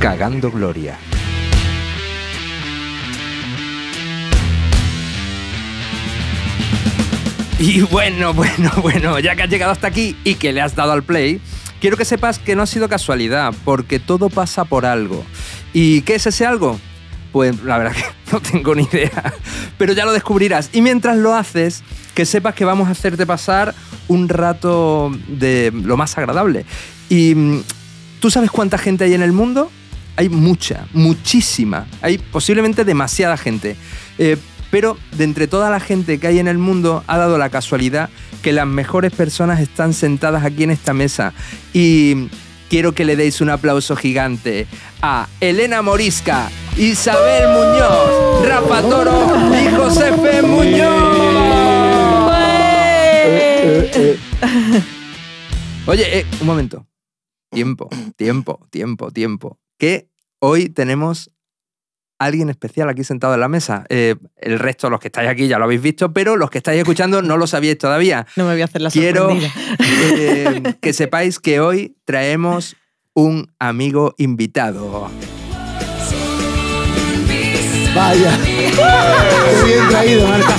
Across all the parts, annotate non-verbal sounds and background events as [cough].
Cagando Gloria. Y bueno, [laughs] bueno, bueno, ya que has llegado hasta aquí y que le has dado al play, quiero que sepas que no ha sido casualidad, porque todo pasa por algo. ¿Y qué es ese algo? Pues la verdad que [laughs] no tengo ni idea, pero ya lo descubrirás. Y mientras lo haces, que sepas que vamos a hacerte pasar un rato de lo más agradable. ¿Y mm, tú sabes cuánta gente hay en el mundo? Hay mucha, muchísima, hay posiblemente demasiada gente. Eh, pero de entre toda la gente que hay en el mundo ha dado la casualidad que las mejores personas están sentadas aquí en esta mesa. Y mm, quiero que le deis un aplauso gigante a Elena Morisca, Isabel Muñoz, Rafa Toro y José F. Muñoz. Oye, eh, un momento. Tiempo, tiempo, tiempo, tiempo. Que hoy tenemos alguien especial aquí sentado en la mesa. Eh, el resto, los que estáis aquí, ya lo habéis visto, pero los que estáis escuchando no lo sabíais todavía. No me voy a hacer la Quiero sorprendida. eh, que sepáis que hoy traemos un amigo invitado. Vaya. Qué bien traído, Marta.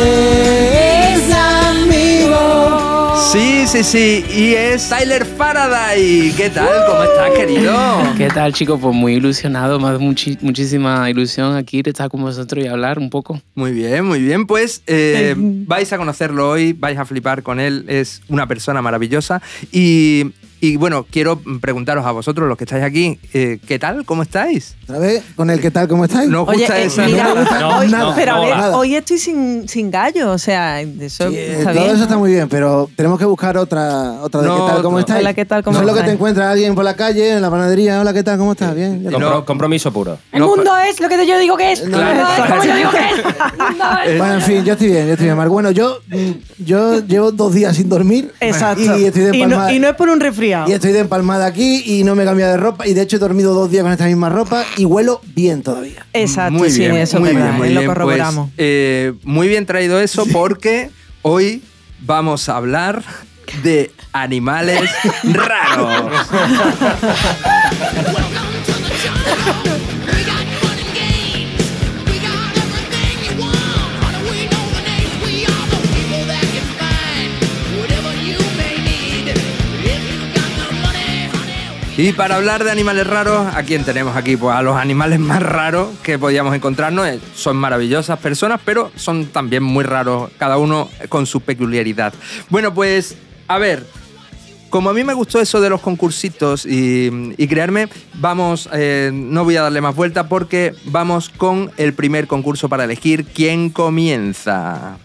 Es amigo. Sí, sí, sí, y es Tyler Faraday. ¿Qué tal? ¿Cómo estás, querido? ¿Qué tal, chicos? Pues muy ilusionado, más muchi- muchísima Ah, ilusión aquí de estar con vosotros y hablar un [laughs] poco. Muy bien, muy bien. Pues [laughs] eh, vais a conocerlo hoy, vais a flipar con él. Es una persona maravillosa. Y, y bueno, quiero preguntaros a vosotros, los que estáis aquí, eh, ¿qué tal? ¿Cómo estáis? ¿Otra vez? ¿Con el qué tal? ¿Cómo estáis? No os Oye, gusta eh, esa. mira, ¿no? No, hoy, nada, pero a no, ver, nada. hoy estoy sin, sin gallo, o sea, eso Sí, eh, está todo bien. eso está muy bien, pero tenemos que buscar otra, otra de No, qué tal, cómo no. estáis. Hola, ¿qué tal? ¿Cómo no es lo que estáis? te encuentra alguien por la calle, en la panadería. Hola, ¿qué tal? ¿Cómo estás? Bien. ya está. Compro- compromiso puro. El No, mundo es lo que yo digo que es. Claro, el mundo es como claro. yo digo que es. El mundo eh, es. Bueno, en fin, yo estoy bien, yo estoy bien, Marc. Bueno, yo, mm, yo llevo dos días sin dormir. Exacto. Y estoy de Y no, empalmada. y no es por un resfriado. Y estoy de empalmada aquí y no me he cambiado de ropa. Y de hecho he dormido dos días con esta misma ropa y huelo bien todavía. Exacto, Mm, muy sí, bien, eso muy es verdad, bien, muy eh, lo bien, corroboramos. pues, eh, muy bien traído eso porque hoy vamos a hablar de [laughs] animales raros. Y para hablar de animales raros, ¿a quién tenemos aquí? Pues a los animales más raros que podíamos encontrarnos. Eh, Son maravillosas personas, pero son también muy raros, cada uno con su peculiaridad. Bueno, pues, a ver. Como a mí me gustó eso de los concursitos y, y crearme, vamos, eh, no voy a darle más vuelta porque vamos con el primer concurso para elegir quién comienza.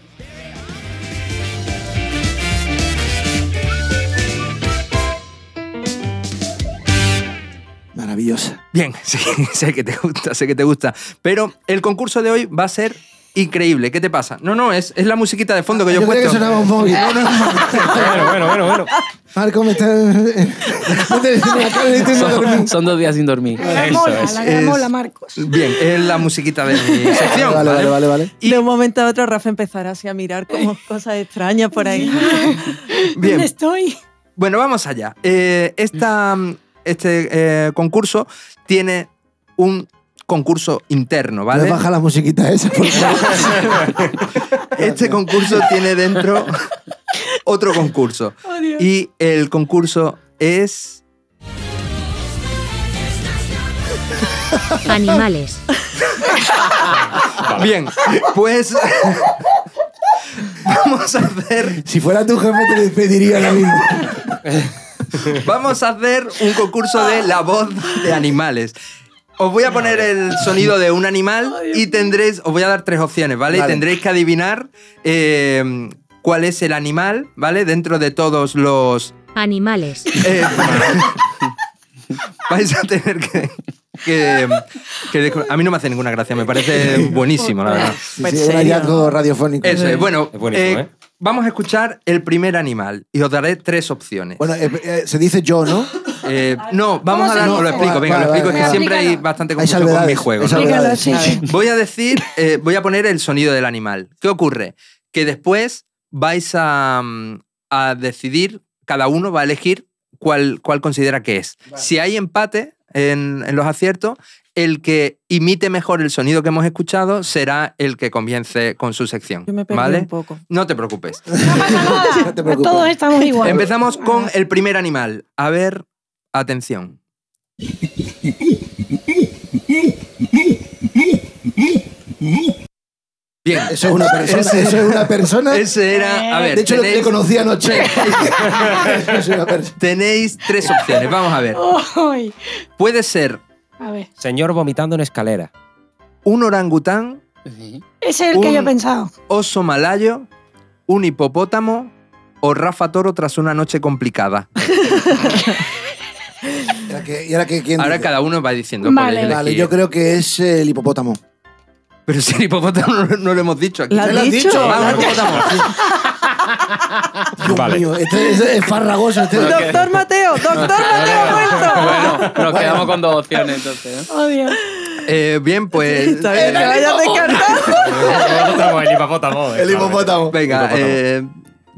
Maravillosa. Bien, [laughs] sí, sé que te gusta, sé que te gusta. Pero el concurso de hoy va a ser increíble. ¿Qué te pasa? No, no, es, es la musiquita de fondo que yo, he Ah, yo creía que puesto. sonaba un móvil. No, no, no. Bueno, bueno, bueno, bueno. Marco me está. [laughs] No te no me acabo de decir, este no dormí. Son dos días sin dormir. La Eso mola, es. la es- gran mola, Marcos. Bien, es la musiquita [laughs] de mi sección. Vale, vale, vale, vale. Y- De un momento a otro Rafa empezará así a mirar [laughs] como cosas extrañas por ahí. Bien. [laughs] ¿Dónde estoy? Bueno, vamos allá. Eh, esta, este eh, concurso tiene un concurso interno, Vale. ¿vale? baja la musiquita esa, por favor. Este concurso tiene dentro [laughs] otro concurso. Oh, Dios. Y el concurso es... Animales. Bien, pues... [laughs] Vamos a hacer Si fuera tu jefe, te despediría la misma. Vamos a hacer un concurso de la voz de animales. Os voy a poner el sonido de un animal y tendréis, os voy a dar tres opciones, ¿vale? Y Vale. tendréis que adivinar eh, cuál es el animal, ¿vale? Dentro de todos los... Animales. eh, [laughs] vais a tener que... que- que- a mí no me hace ninguna gracia, me parece buenísimo, la verdad. Sí, Pues sí, un serio. hallazgo radiofónico. Eso es, bueno, Es buenísimo, eh, ¿eh? vamos a escuchar el primer animal y os daré tres opciones. Bueno, eh, eh, se dice yo, ¿no? Eh, no, vamos ¿Cómo a se dar, os lo dice? explico, venga, Vale, lo explico, vale, es que vale. siempre hay Explícalo. bastante Hay confusión con mi salvedades. juego. hay Explícalo, salvedades. sí. Voy a decir, eh, voy a poner el sonido del animal. ¿Qué ocurre? Que después vais a, mm, a decidir, cada uno va a elegir cuál, cuál considera que es. Si hay empate en, en los aciertos, el que imite mejor el sonido que hemos escuchado será el que comience con su sección. Yo me perdí un ¿Vale? poco. No te preocupes. No pasa No nada. te preocupes. Todos estamos igual. Ah. Empezamos con el primer animal. A ver, atención. Bien, Eso es una persona. Ese- Eso es una persona. ese era. A ver, De hecho, lo le tenéis, conocí anoche. [laughs] Eso es una persona. tenéis tres opciones. Vamos a ver. Ay, Puede ser a ver. Señor vomitando en escalera. un orangután, Sí. Ese es el Un- que yo he pensado. oso malayo, un hipopótamo o Rafa Toro tras una noche complicada. Y ahora que- y ahora que quién Ahora dice. cada uno va diciendo. Vale. podéis Vale, elegir. yo creo que es eh, el hipopótamo. Pero si el hipopótamo no, no lo hemos dicho aquí. ¿La has ¿Ya lo has dicho? dicho? Ah, un Vale. hipopótamo. Dios Vale. mío, este es, es farragoso. Este Doctor [laughs] Mateo, doctor Mateo ha vuelto. Bueno, nos quedamos con dos opciones entonces. ¿eh? Oh, Dios. Eh, bien, [laughs] pues. Está bien, que vayas descartando. el hipopótamo. El hipopótamo. Venga, eh,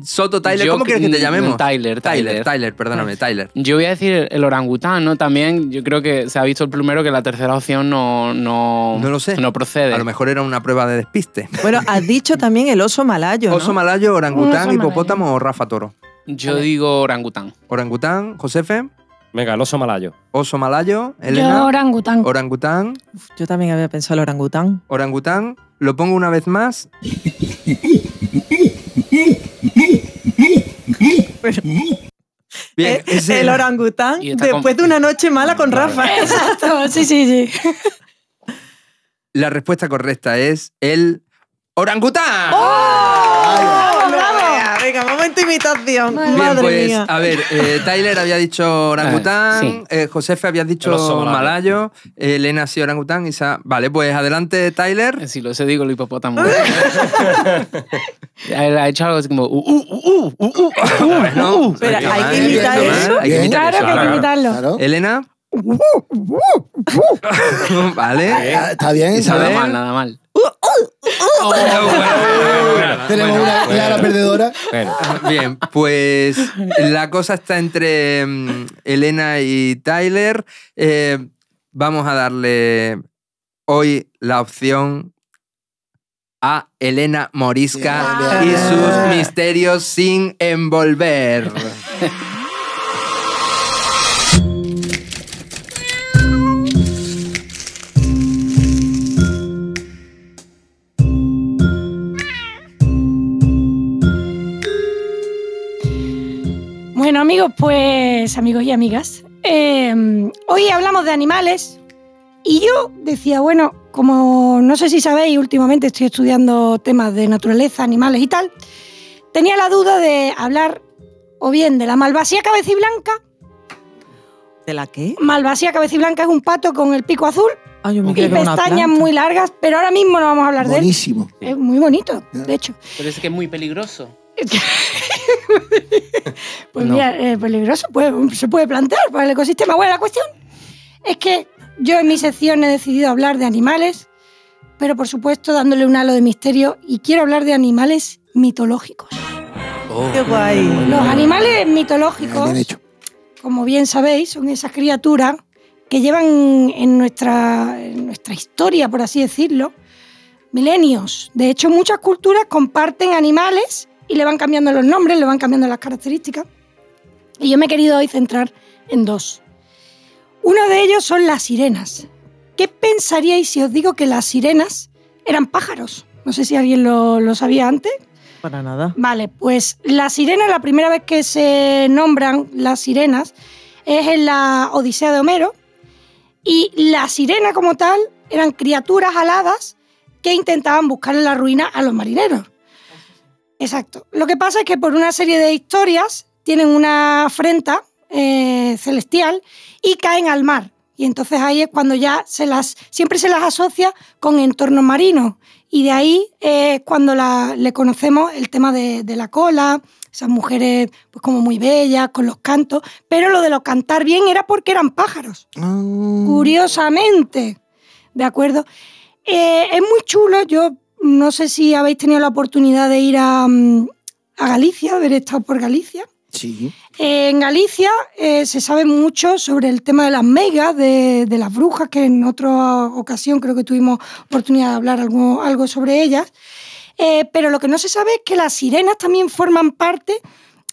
Soto Tyler, Yo ¿cómo quieres que te que- llamemos? Tyler, Tyler, Tyler. Tyler, perdóname, Tyler. Yo voy a decir el orangután, ¿no? También yo creo que se ha visto el primero que la tercera opción no, no, No lo sé. no procede. A lo mejor era una prueba de despiste. [laughs] Bueno, has dicho también el oso malayo. ¿no? Oso malayo, Oso orangután, malayo. hipopótamo o Rafa Toro. Yo digo orangután. Orangután, Josefe, Venga, el oso malayo. oso malayo, Yo Elena, orangután. orangután, Uf, Yo también había pensado el orangután. orangután. Lo pongo una vez más. Bien, Eh, ese- el orangután Y está después de con- una noche mala con Rafa. Exacto, [laughs] sí, sí, sí. la respuesta correcta es el orangután. ¡Oh, ¡Bravo! vea! Venga, momento imitación. Bien, Bien, Madre pues, mía. a ver, eh, Tyler había dicho orangután, sí. eh, Josefe había dicho El oso malayo. malayo, Elena sí orangután, Isa... Vale, pues adelante, Tyler. Eh, Si lo sé, digo [laughs] el hipopótamo. Él ha hecho algo así como. "Uh, uh, uh, uh, uh, uh". Bueno, Espera, hay que hay tomar, que hay que imitar tomar, eso. hay que Bien. imitar Claro eso, que hay que imitarlo. Claro. Eh, Elena. [laughs] vale. Ah, Está bien. Isabel. está Nada bien. mal, nada mal. Tenemos una bueno. clara perdedora. Bueno, Bien, pues la cosa está entre mm, Elena y Tyler. Eh, vamos a darle hoy la opción a Elena Morisca Bien, bien, y sus bien. misterios sin envolver. Bueno, amigos, pues amigos y amigas, eh, hoy hablamos de animales y yo decía, bueno, como no sé si sabéis, últimamente estoy estudiando temas de naturaleza, animales y tal, tenía la duda de hablar o bien de la malvasía cabeciblanca. ¿De la qué? Malvasía cabeciblanca es un pato con el pico azul Ay, yo me y creía que era una pestañas planta. muy largas, pero ahora mismo no vamos a hablar de él. Buenísimo. Es muy bonito, de hecho. Pero es que es muy peligroso. Pues No. mira, eh, peligroso pues, se puede plantear para el ecosistema. Bueno, la cuestión es que yo en mi sección he decidido hablar de animales, pero por supuesto dándole un halo de misterio y quiero hablar de animales mitológicos. Qué guay. Los animales Bien, bien mitológicos, hecho. como bien sabéis, son esas criaturas que llevan en nuestra, en nuestra historia, por así decirlo, milenios. De hecho, muchas culturas comparten animales y le van cambiando los nombres, le van cambiando las características. Y yo me he querido hoy centrar en dos. Uno de ellos son las sirenas. ¿Qué pensaríais si os digo que las sirenas eran pájaros? No sé si alguien lo, lo sabía antes. Para nada. Vale, pues las sirenas, la primera vez que se nombran las sirenas es en la Odisea de Homero. Y las sirenas como tal eran criaturas aladas que intentaban buscar en la ruina a los marineros. Exacto. Lo que pasa es que por una serie de historias tienen una afrenta eh, celestial y caen al mar. Y entonces ahí es cuando ya se las, siempre se las asocia con entornos marinos. Y de ahí es cuando la- le conocemos el tema de, de la cola, esas mujeres pues como muy bellas, con los cantos. Pero lo de lo cantar bien era porque eran pájaros Mm. curiosamente. ¿De acuerdo? Eh, es muy chulo. Yo no sé si habéis tenido la oportunidad de ir a, mm, a Galicia, haber estado por Galicia. Mm, Sí. Eh, en Galicia eh, se sabe mucho sobre el tema de las megas, de, de las brujas, que en otra ocasión creo que tuvimos oportunidad de hablar algo, algo sobre ellas. Eh, pero lo que no se sabe es que las sirenas también forman parte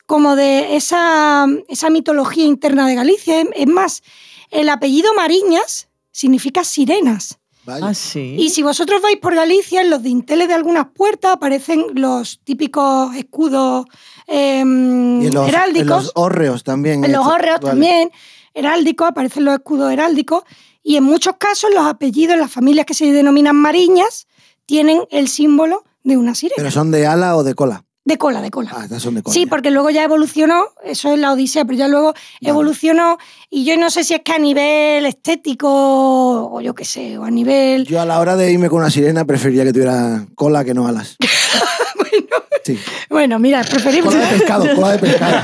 como de esa, esa mitología interna de Galicia. Es- es más, el apellido Mariñas significa sirenas. Vaya. Ah, sí. Y si vosotros vais por Galicia, en los dinteles de algunas puertas aparecen los típicos escudos em, Y en los, heráldicos. en los hórreos también. En los esto. hórreos Vale. también, heráldicos, aparecen los escudos heráldicos. Y en muchos casos, los apellidos, las familias que se denominan mariñas, tienen el símbolo de una sirena. Pero son de ala o de cola. de cola, de cola. Ah, estas son de cola. Sí, ya. porque luego ya evolucionó, eso es la Odisea, pero ya luego evolucionó y yo no sé si es que a nivel estético o yo qué sé, o a nivel... Yo a la hora de irme con una sirena preferiría que tuviera cola que no [laughs] alas. Sí. Bueno, mira, es preferible. Cola de [laughs] pescado, cola de pescado.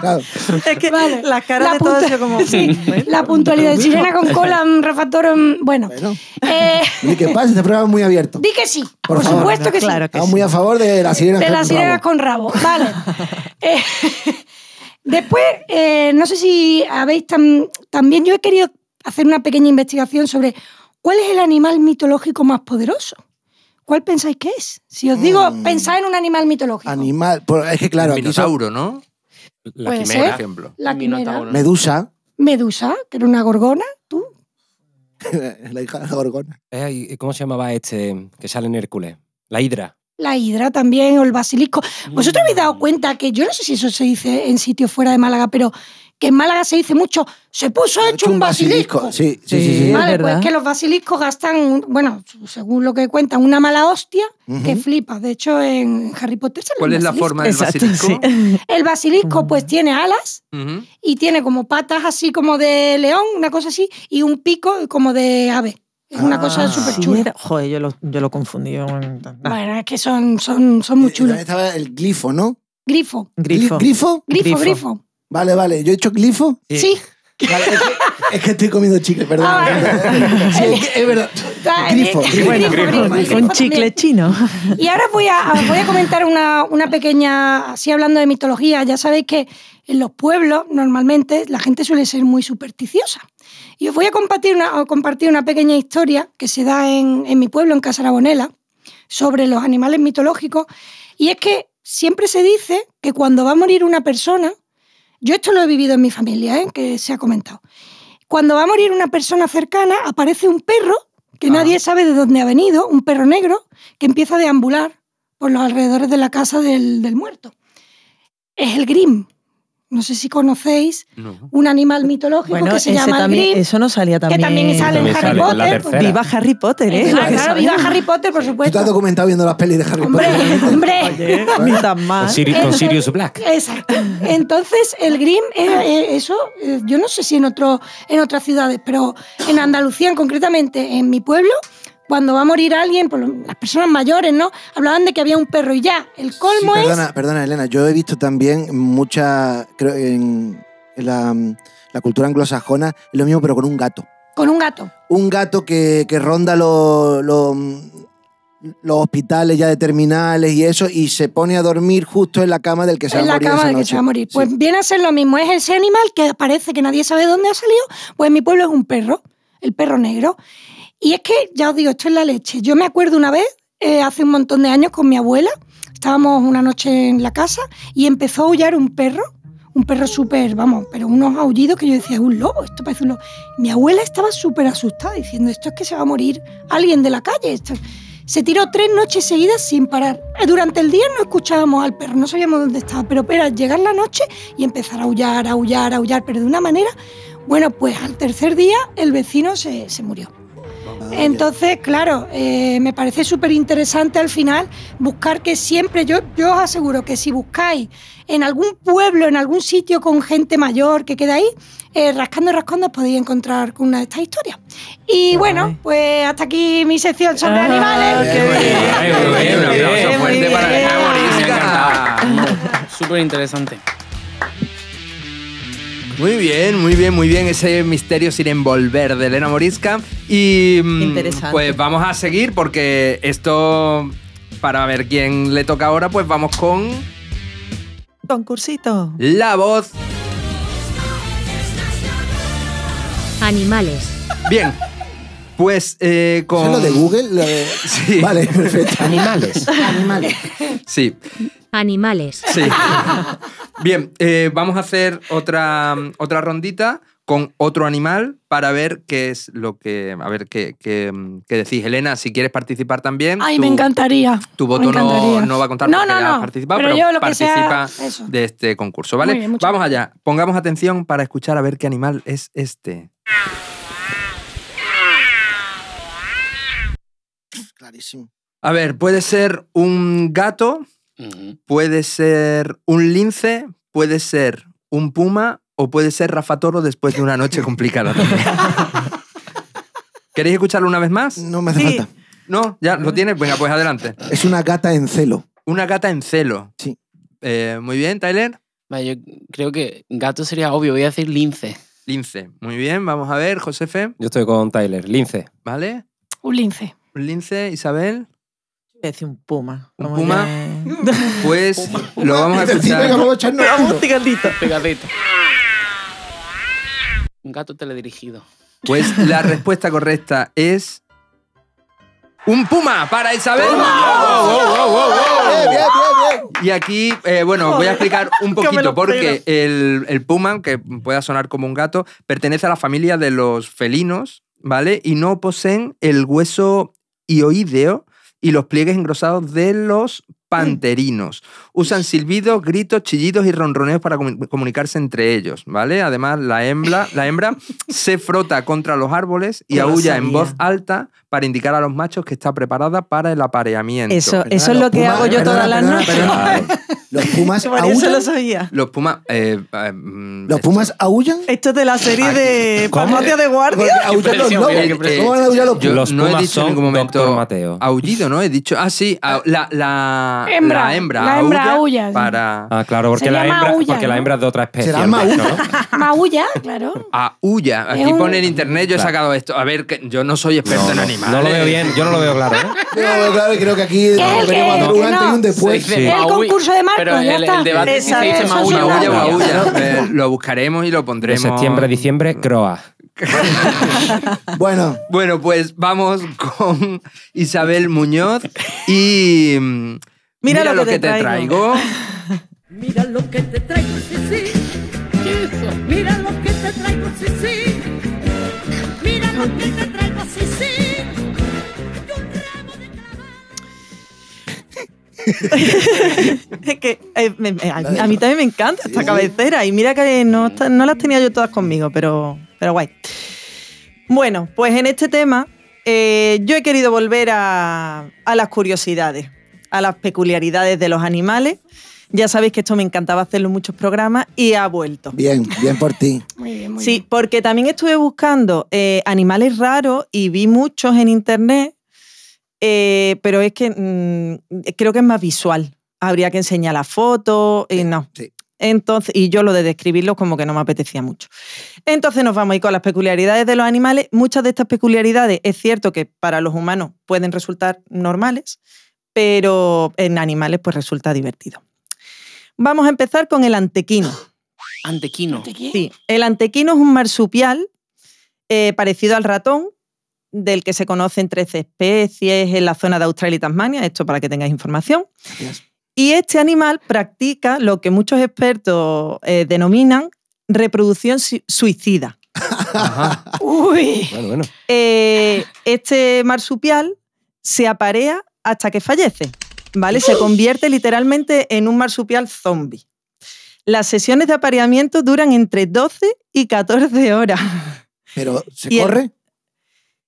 Claro. [laughs] Es que Vale. la [laughs] cara La de todo punta- eso como... [laughs] Sí, la puntualidad de sirena con cola, un refactor, mm, bueno. Bueno. Eh, Y que pasa, este programa es muy abierto. di que sí, por, Por favor. supuesto que Claro sí. que Estamos sí. muy a favor de la sirena. De las sirenas con rabo, [laughs] vale. Eh, después, eh, no sé si habéis tam- también, yo he querido hacer una pequeña investigación sobre cuál es el animal mitológico más poderoso. ¿Cuál pensáis que es? Si os digo, Mm. pensad en un animal mitológico. Animal. por- es que claro, el aquí son minotauro, ¿no? La Puede Por quimera. ejemplo. la quimera, Minotauro. Medusa, [laughs] Medusa, que era una gorgona, tú. la hija de la gorgona. Eh, ¿y ¿Cómo se llamaba este que sale en Hércules? La hidra. La hidra también, o el basilisco. ¿Vosotros habéis dado cuenta que, yo no sé si eso se dice en sitios fuera de Málaga, pero que en Málaga se dice mucho, se puso Ha hecho un basilisco? Sí, sí, sí. sí. Sí. es Vale, verdad. pues que los basiliscos gastan, bueno, según lo que cuentan, una mala hostia que Ujú. flipa. De hecho, en Harry Potter sale ¿Cuál un es la basilisco. forma del Exacto, basilisco? sí. El basilisco, pues, tiene alas Ujú. y tiene como patas así como de león, una cosa así, y un pico como de ave. Es una cosa Ah, súper Sí, chula. era- Joder, yo lo, yo lo confundí. con- Ah, Bueno, es que son, son, son muy Y también chulos. estaba el glifo, ¿no? Grifo, grifo. Gli- ¿Grifo? grifo, grifo. Grifo. Vale, vale. Yo he hecho glifo. Sí. Vale, es, que, es que estoy comiendo chicle, perdón. Ah, vale. [laughs] Sí, es, que es verdad. Ah, Grifo, grifo. eh, [laughs] Grifo, grifo, grifo, grifo. grifo Un también. chicle chino. Y ahora voy a, os voy a comentar una, una pequeña, así hablando de mitología, ya sabéis que en los pueblos normalmente la gente suele ser muy supersticiosa. Y os voy a compartir una, a compartir una pequeña historia que se da en, en mi pueblo, en Casarabonela, sobre los animales mitológicos. Y es que siempre se dice que cuando va a morir una persona, yo esto lo he vivido en mi familia, ¿eh? que se ha comentado, cuando va a morir una persona cercana aparece un perro Ah. que nadie sabe de dónde ha venido, un perro negro, que empieza a deambular por los alrededores de la casa del, del muerto. Es el Grimm. No sé si conocéis No. un animal mitológico Bueno, que se ese llama el también, Grimm, eso no salía que también. también sale en También Harry sale, en la Potter. tercera. Viva Harry Potter, ¿eh? Ah, Lo que claro, sale. viva Harry Potter, por Tú te has supuesto. documentado viendo las pelis de Harry Hombre, Potter. hombre. Oye, pues, ni tan Ah. mal. Con, Siri- con [laughs] Entonces- Sirius Black. Exacto. Entonces, el Grimm, eh, eh, eso, eh, yo no sé si en, otro, en otras ciudades, pero en Andalucía, concretamente en mi pueblo, cuando va a morir alguien, por lo- las personas mayores, ¿no? Hablaban de que había un perro y ya. El colmo Sí, es. perdona, perdona, Elena. Yo he visto también mucha. Creo en, en la, la cultura anglosajona es lo mismo, pero con un gato. Con un gato. Un gato que, que ronda lo- lo- los hospitales ya de terminales y eso, y se pone a dormir justo en la cama del que se va en a la morir. cama esa del que noche. se va a morir. Sí. Pues viene a ser lo mismo. Es ese animal que parece que nadie sabe dónde ha salido. Pues en mi pueblo es un perro, el perro negro. Y es que, ya os digo, esto es la leche. Yo me acuerdo una vez, eh, hace un montón de años, con mi abuela. Estábamos una noche en la casa y empezó a aullar un perro. Un perro súper, vamos, pero unos aullidos que yo decía, es un lobo, esto parece un lobo. Mi abuela estaba súper asustada diciendo, esto es que se va a morir alguien de la calle. Esto es- se tiró tres noches seguidas sin parar. Eh, Durante el día no escuchábamos al perro, no sabíamos dónde estaba, pero era llegar la noche y empezar a aullar, a aullar, a aullar, pero de una manera. Bueno, pues al tercer día el vecino se, se murió. Entonces, claro, eh, me parece súper interesante al final buscar que siempre, yo, yo os aseguro que si buscáis en algún pueblo, en algún sitio con gente mayor que queda ahí, eh, rascando y rascando os podéis encontrar con una de estas historias. Y bueno, pues hasta aquí mi sección sobre animales. qué bien. Ay, muy bien, un aplauso Muy fuerte para bien. Ana Morisca. Súper interesante. Muy bien, muy bien, muy bien. Ese misterio sin envolver de Elena Morisca. Y mm, Interesante. pues vamos a seguir porque esto, para ver quién le toca ahora, pues vamos con Concursito. la voz. Animales. Bien, pues eh, ¿Eso con... es lo de Google? Lo [laughs] de- Sí. Vale, perfecto. [laughs] Animales. Animales. Sí, Animales. sí. [laughs] Bien, eh, vamos a hacer otra, otra rondita con otro animal para ver qué es lo que... A ver qué, qué, mm, qué decís. Elena, si quieres participar también... Ay, tú- me encantaría. Tu voto me encantaría. no, no va a contar No, porque no, ya has no, participado, pero pero, yo lo que sea, participa eso. de este concurso, ¿vale? Muy bien, muchas Vamos allá. Pongamos atención para escuchar a ver qué animal es este. Clarísimo. A ver, puede ser un gato, Ujú. puede ser un lince, puede ser un puma o puede ser Rafa Toro después de una noche complicada [laughs] también. ¿Queréis escucharlo una vez más? No me hace Sí. falta. No, ya lo tienes. Venga, pues adelante. Es una gata en celo. Una gata en celo. Sí. Eh, muy bien, Tyler. Vale, yo creo que gato sería obvio, voy a decir lince. Lince. Muy bien, vamos a ver, Josefe. Yo estoy con Tyler. Lince. ¿Vale? Un lince. [laughs] Un lince, Isabel. Voy a decir un puma. ¿Un como puma? ya- [laughs] Pues lo vamos a Es decir, venga, escuchar. vamos a echarnos Vamos, uno. tigaldito. Pegadito. Un gato teledirigido. Pues la respuesta correcta es. ¡Un puma para Isabel! Bien, bien, bien, bien. Y aquí, eh, bueno, voy a explicar un [laughs] Que me poquito lo porque el, el puma, que pueda sonar como un gato, pertenece a la familia de los felinos, ¿vale? Y no poseen el hueso ioideo y los pliegues engrosados de los panterinos. Mm. Usan silbidos, gritos, chillidos y ronroneos para comu- comunicarse entre ellos, ¿vale? Además, la hembra, la hembra se frota contra los árboles y Yo lo aúlla en sabía. voz alta para indicar a los machos que está preparada para el apareamiento. Eso, Perdona, eso es lo los que pumas- hago yo perdona, todas las perdona, noches. perdona. Los [laughs] pumas Por eso lo aullan. sabía. Los pumas... eh, eh, Los esto- pumas aullan. Esto es de la serie Ay, de Farmacia de Porque Guardia. aullan los impresión, lobos. mira, qué impresión. ¿Cómo van a aullar los Yo pumas? Los no he pumas dicho en son ningún momento Dr. Mateo. aullido, ¿no? He dicho, ah, sí, au- la, la Hembra, la hembra, la hembra aulla aulla, sí. para Ah, claro, porque, Se la llama hembra, huya, porque la ¿no? hembra es de otra especie. Será el macho, maúlla. ¿no? Maulla, claro. Ah. aulla. Es Aquí un- pone en internet, yo he sacado esto. A ver, que yo no soy experto No, en no, animales. no lo veo bien, yo no lo veo claro. ¿eh? Yo, claro, creo que aquí el venimos a que- hacer un que antes y no? un después. Se dice El maui, concurso de Marcos, Pero ya el, está. el debate Esa se dice es, maulla, eso es Maulla un o maulla. aulla. Eh, lo buscaremos y lo De pondremos. septiembre a diciembre, croa. Bueno, Bueno, pues vamos con Isabel Muñoz y. mm, Mira lo que que te te traigo. traigo. Mira lo que te traigo, sí, sí. Mira lo que te traigo, sí, sí. Mira lo que te traigo, sí, sí. Y un ramo de clavel. [laughs] Es que eh, me- me- a, mí- a mí también me encanta esta cabecera. Y mira que no, está- no las tenía yo todas conmigo, pero, pero guay. Bueno, pues en este tema eh, yo he querido volver a, a las curiosidades, a las peculiaridades de los animales. Ya sabéis que esto me encantaba hacerlo en muchos programas y ha vuelto. bien, bien por ti. Muy bien, muy Sí, porque también estuve buscando eh, animales raros y vi muchos en internet, eh, pero es que mm, creo que es más visual. Habría que enseñar la foto y no. sí. Entonces, y yo lo de describirlos como que no me apetecía mucho. Entonces nos vamos a ir con las peculiaridades de los animales. Muchas de estas peculiaridades es cierto que para los humanos pueden resultar normales, pero en animales pues resulta divertido. Vamos a empezar con el antequino. Antequino. bien. Sí, el antequino es un marsupial eh, parecido al ratón, del que se conocen 13 especies en la zona de Australia y Tasmania, esto para que tengáis información. Y este animal practica lo que muchos expertos eh, denominan reproducción si- suicida. Ajá. Uy. Bueno, bueno. Eh, este marsupial se aparea hasta que fallece, ¿vale? Se convierte literalmente en un marsupial zombie. Las sesiones de apareamiento duran entre 12 y 14 horas. Pero, ¿se Y el- corre?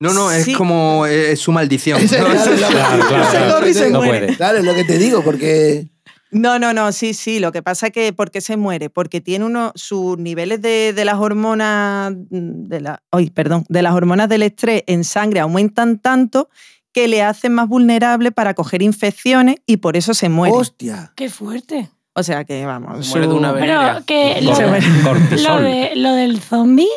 No, no, es Sí. como eh, es su [laughs] maldición. Ese- ¿no? claro, claro, claro, se corre y se no muere. puede. Claro, es lo que te digo, porque No, no, no, sí, sí. Lo que pasa es que ¿por qué se muere? Porque tiene uno, sus niveles de, de las hormonas mm, de la, ay, perdón, de las hormonas del estrés en sangre aumentan tanto que le hacen más vulnerable para coger infecciones y por eso se muere. hostia. Qué fuerte. O sea que vamos. Se muere de su- una venerea. Pero que Eh, lo, Se muere. lo [laughs] Cortisol. de- lo del zombie,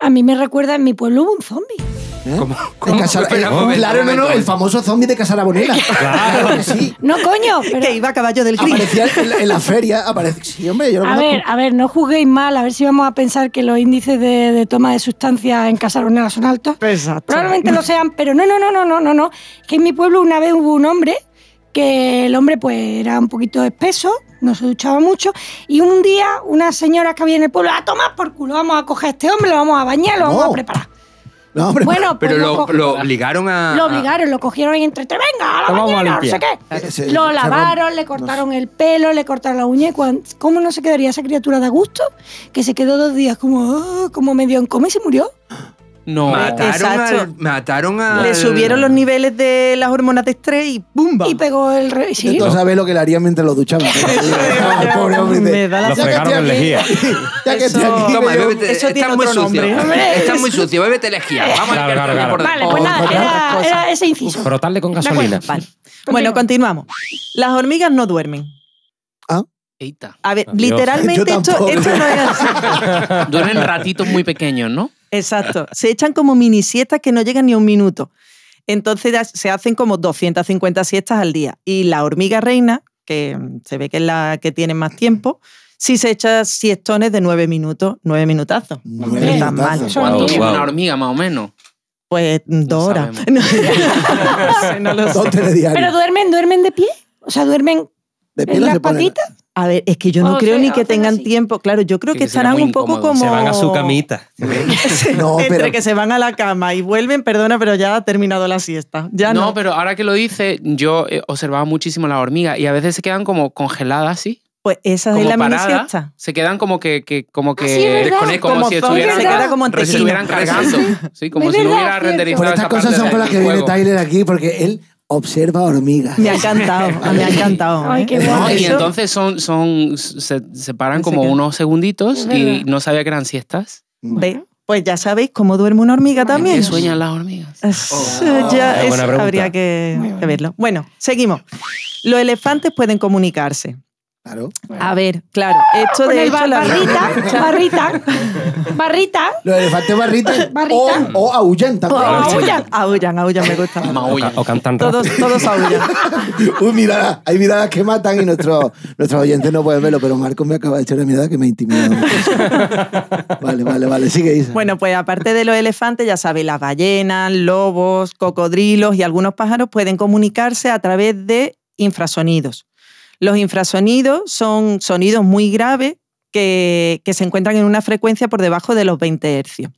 a mí me recuerda en mi pueblo hubo un zombie. ¿eh? ¿Cómo- De cómo? Casar- Espera, eh, un momento, claro, un no, no, momento. el famoso zombie de Casarabonela. Claro que sí. No, [laughs] coño, pero. Que iba a caballo del gris. Aparecía en, la- en la feria, aparecía. Sí, hombre, yo lo A conozco. ver, a ver, no juzguéis mal, a ver si vamos a pensar que los índices de, de toma de sustancias en Casaronera son altos. Exacto. Probablemente lo sean, pero no, no, no, no, no, no, no. Que en mi pueblo una vez hubo un hombre que el hombre pues era un poquito espeso, no se duchaba mucho, y un día una señora que había en el pueblo, a tomar por culo, vamos a coger a este hombre, lo vamos a bañar, lo vamos No. a [laughs] preparar. No, hombre, Bueno, pues Pero lo, lo, co- lo ah, obligaron a. lo obligaron, lo cogieron ahí entre tres, venga, a la Lo vamos a bañera, no sé limpiar. Eh, [laughs] qué. se- se- Lo se lavaron, romp- le cortaron el pelo, le cortaron la uña. y cuan- ¿Cómo no se quedaría esa criatura de a gusto? Que se quedó dos días como, ah, como medio en coma y se murió. No. Mataron Exacto. al, mataron al- Le subieron los niveles de las hormonas de estrés y ¡bumba! Y pegó el re- No, sí. tú sabes lo que le harían mientras lo duchaban. [laughs] Ay, pobre hombre. Me de- da la Lo Ya que fregaron estoy en aquí, lejía. [laughs] Ya que estoy Eso- aquí, Toma, me llevo- bébete, Eso tiene estás muy otro sucio. nombre. Estás muy sucio, bébete lejía. [laughs] Vamos Claro, a limpiarte claro, por Vale, dentro. pues Oh, nada, otra era, cosa. era ese inciso. Frotarle con acuerdo. gasolina. Vale. Bueno, continuamos. Las hormigas no duermen. Eita. A ver, Adiós. literalmente Yo esto, tampoco. esto no es así. Duermen ratitos muy pequeños, ¿no? Exacto. Se echan como mini siestas que no llegan ni a un minuto. Entonces ya se hacen como 250 siestas al día. Y la hormiga reina, que mm, se ve que es la que tiene más tiempo, sí se echa siestones de nueve minutos, nueve minutazos. Nueve No está minutazos. mal. Son- ¿Cuánto Wow, tiene wow. una hormiga, más o menos? Pues mm, dos No horas. No, sé, [laughs] no [laughs] [laughs] lo sé. Dos telediarios. Pero duermen, duermen de pie. O sea, duermen De en pelo las se ponen. patitas. A ver, es que yo no O creo sea, ni que hacen tengan así. tiempo. Claro, yo creo Sí, que que será estarán muy un poco incómodo. como... Se Se van a su camita. No, Entre pero- que se van a la cama y vuelven, perdona, pero ya ha terminado la siesta. Ya no. no, pero ahora que lo dice, yo eh, observaba muchísimo las hormigas y a veces se quedan como congeladas, ¿sí? Pues esa Como es la mini paradas. siesta. Se quedan como que, que como que Ah, sí, es verdad. desconectan, como, Como si zombie, estuvieran, se queda como en si tequila. estuvieran cargando. Sí, como Es si no verdad, hubiera cierto. renderizado. Por estas esa cosas parte son del con las que viene juego. Tyler aquí, porque él observa hormigas. Me ha encantado, me ha encantado. Ay, ¿eh? qué No, guay. y Eso- entonces son, son, se, se paran Se como quedan. unos segunditos Es y verdad. no sabía que eran siestas. ¿Ve? Pues ya sabéis cómo duerme una hormiga ¿Qué también. sueñan las hormigas? Es- Oh. ya Buena es- pregunta. habría que, Muy buena. que verlo. Bueno, seguimos. Los elefantes pueden comunicarse. Claro. A ver, claro, esto Con de el hecho bar- la- [laughs] [laughs] barrita, barrita, barrita. Los elefantes barritas o, Barrita. o ahuyentan. [laughs] O aullan. Aullan, aullan, me gusta. O, ca- o cantan rap. Todos, todos aullan. Uy, mira, hay miradas que matan y nuestros nuestros oyentes no pueden verlo, pero Marcos me acaba de echar una mirada que me intimida. mucho. vale, vale, vale, sigue Isa. Bueno, pues aparte de los elefantes, ya sabéis, las ballenas, lobos, cocodrilos y algunos pájaros pueden comunicarse a través de infrasonidos. Los infrasonidos son sonidos muy graves que, que se encuentran en una frecuencia por debajo de los 20 hercios.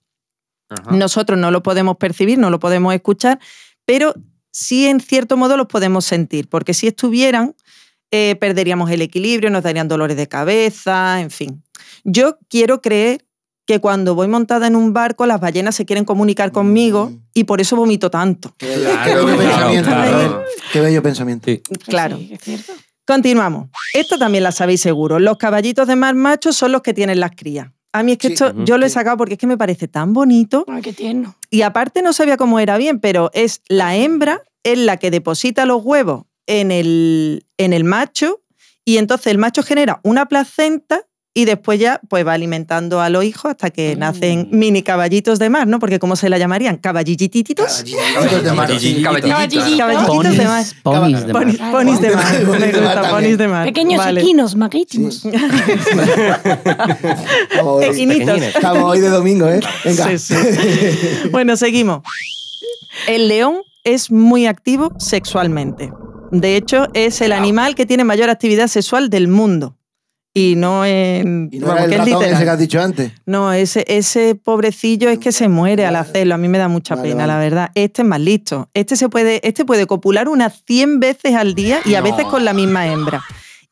Ah. Ajá. Nosotros no lo podemos percibir, no lo podemos escuchar, pero sí en cierto modo los podemos sentir, porque si estuvieran, eh, perderíamos el equilibrio, nos darían dolores de cabeza, en fin. Yo quiero creer que cuando voy montada en un barco, las ballenas se quieren comunicar conmigo Mm. y por eso vomito tanto. qué, qué bello claro, pensamiento. claro. Qué bello pensamiento. Sí. Claro. Sí, es cierto. Continuamos. Esto también la sabéis seguro. Los caballitos de mar macho son los que tienen las crías. A mí es que Sí. esto Ujú. yo lo he sacado porque es que me parece tan bonito Bueno, qué tierno. y aparte no sabía cómo era bien, pero es la hembra es la que deposita los huevos en el, en el macho y entonces el macho genera una placenta y después ya pues va alimentando a los hijos hasta que Mm. nacen mini caballitos de mar, ¿no? Porque ¿cómo se la llamarían? Caballitititos. Caballitos de mar. Caballito. Caballito. Caballitos de mar. Ponis, ponis de mar. Ponis, ponis de mar. Ponis Me de mar gusta, también. ponis de mar. Pequeños Ah, Vale. equinos, magrítimos. Sí. Estamos hoy- Equinitos. Pequeñines. estamos hoy de domingo, ¿eh? Venga. Sí, sí. [laughs] Bueno, seguimos. El león es muy activo sexualmente. De hecho, es el animal que tiene mayor actividad sexual del mundo. Y no en. [laughs] Y no vamos, era el que es ratón ese que literal. has dicho antes. No, ese, ese pobrecillo es que se muere al hacerlo. A mí me da mucha Vale, pena, vale. la verdad. Este es más listo. Este, se puede, este puede copular unas 100 veces al día y a No. veces con la misma hembra.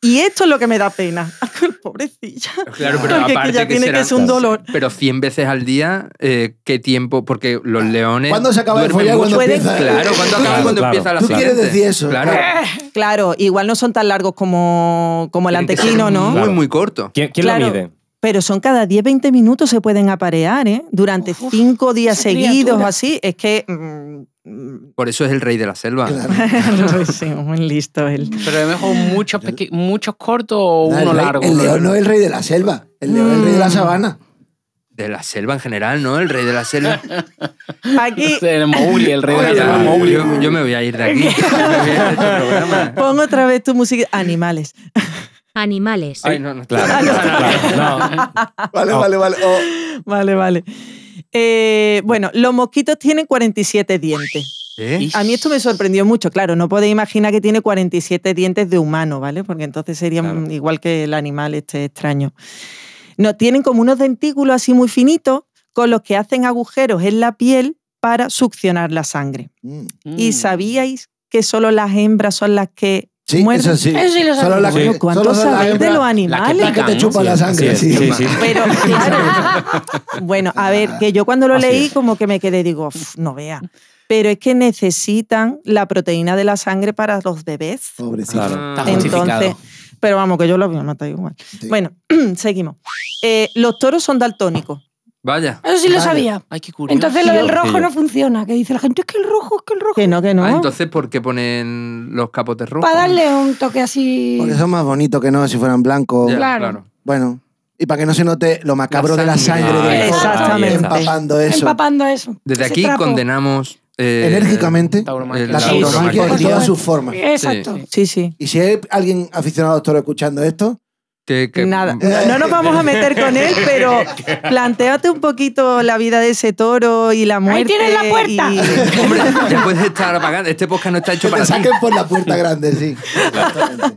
Y esto es lo que me da pena. [laughs] Pobrecilla. Claro, pero Porque que aparte ya que tiene serán- que ser un dolor. Pero 100 veces al día, eh, ¿qué tiempo? Porque los leones. ¿Cuándo se acaba el duermen follar? mucho. ¿Cuándo empieza? Claro, ¿cuándo acaba? Claro, ¿Cuándo claro. empieza la Tú quieres siguiente? decir eso. Claro. Claro, igual no son tan largos como, como el Tienen que ser antequino, ¿no? Muy, Claro. muy corto. ¿Quién, quién Claro. lo mide? Pero son cada 10-20 minutos se pueden aparear, ¿eh? Durante Uf, cinco días esa seguidos o criatura. así. Es que... [laughs] mm, mm, Por eso es el rey de la selva. sí, muy listo él. Pero es mejor muchos, peque- muchos cortos o No, uno el, rey- largo. el uno león no largo. Mm. es el rey de la selva. El león es el rey de la sabana. De la selva en general, ¿no? El rey de la selva. [laughs] Aquí El Mowgli, el rey de la Ya, selva, Mowgli. yo, yo me voy a ir de aquí. Me voy a ir de este programa. pongo otra vez tu música. Animales. Animales. Ay, no, no estoy- Claro, claro, no. Ah. Vale, Oh. vale, vale. Oh, Vale, vale. Eh, bueno, los mosquitos tienen 47 dientes. ¿Eh? A mí esto me sorprendió mucho, claro. No podéis imaginar que tiene 47 dientes de humano, ¿vale? Porque entonces sería mm, Claro. igual que el animal este extraño. No, tienen como unos dentículos así muy finitos con los que hacen agujeros en la piel para succionar la sangre. mm. ¿Y sabíais que solo las hembras son las que Sí, muerden? eso sí. Eso sí lo Solo la sabemos. que, Bueno, ¿cuánto solo la sabéis de hembra- los la que animales? La que te Pican, chupa ¿no? la Sí, sangre, así sí. es. Sí, sí. Pero [laughs] claro, bueno, a ver, que yo cuando lo Así leí es. como que me quedé, digo, "Uf, no vea. Pero es que necesitan la proteína de la sangre para los bebés. Pobrecito. Claro. Ah, Está justificado. Entonces, pero vamos, que yo lo veo, no está igual. Sí. Bueno, [clears throat] seguimos. Eh, los toros son daltónicos. Vaya. Eso sí lo Vale. sabía. Ay, qué curioso. Entonces lo del Curioso. rojo no funciona, que dice la gente, es que el rojo, es que el rojo. Que no, que no. Ah, entonces, ¿por qué ponen los capotes rojos? Para darle un toque así. Porque son más bonitos que no si fueran blancos. Ya, Claro. Bueno, y para que no se note lo macabro de la sangre. sangre del Ahí cuerpo, está, Ah, Exactamente. Ah, empapando eso. Empapando eso. Desde ese aquí trapo. condenamos. eh, Enérgicamente, Tauromaquia. el- la Sí, tauromaquia en sí. todas sus formas. Exacto. Sí. Sí, sí. Y si hay alguien aficionado al toro escuchando esto, que- que- [laughs] Nada. No nos vamos a meter con él, pero planteate un poquito la vida de ese toro y la muerte. Ahí tienes la puerta. [laughs] y- Hombre, ya puedes estar apagando. Este podcast no está hecho [laughs] que para te ti. saquen por la puerta [laughs] grande, sí. Exactamente.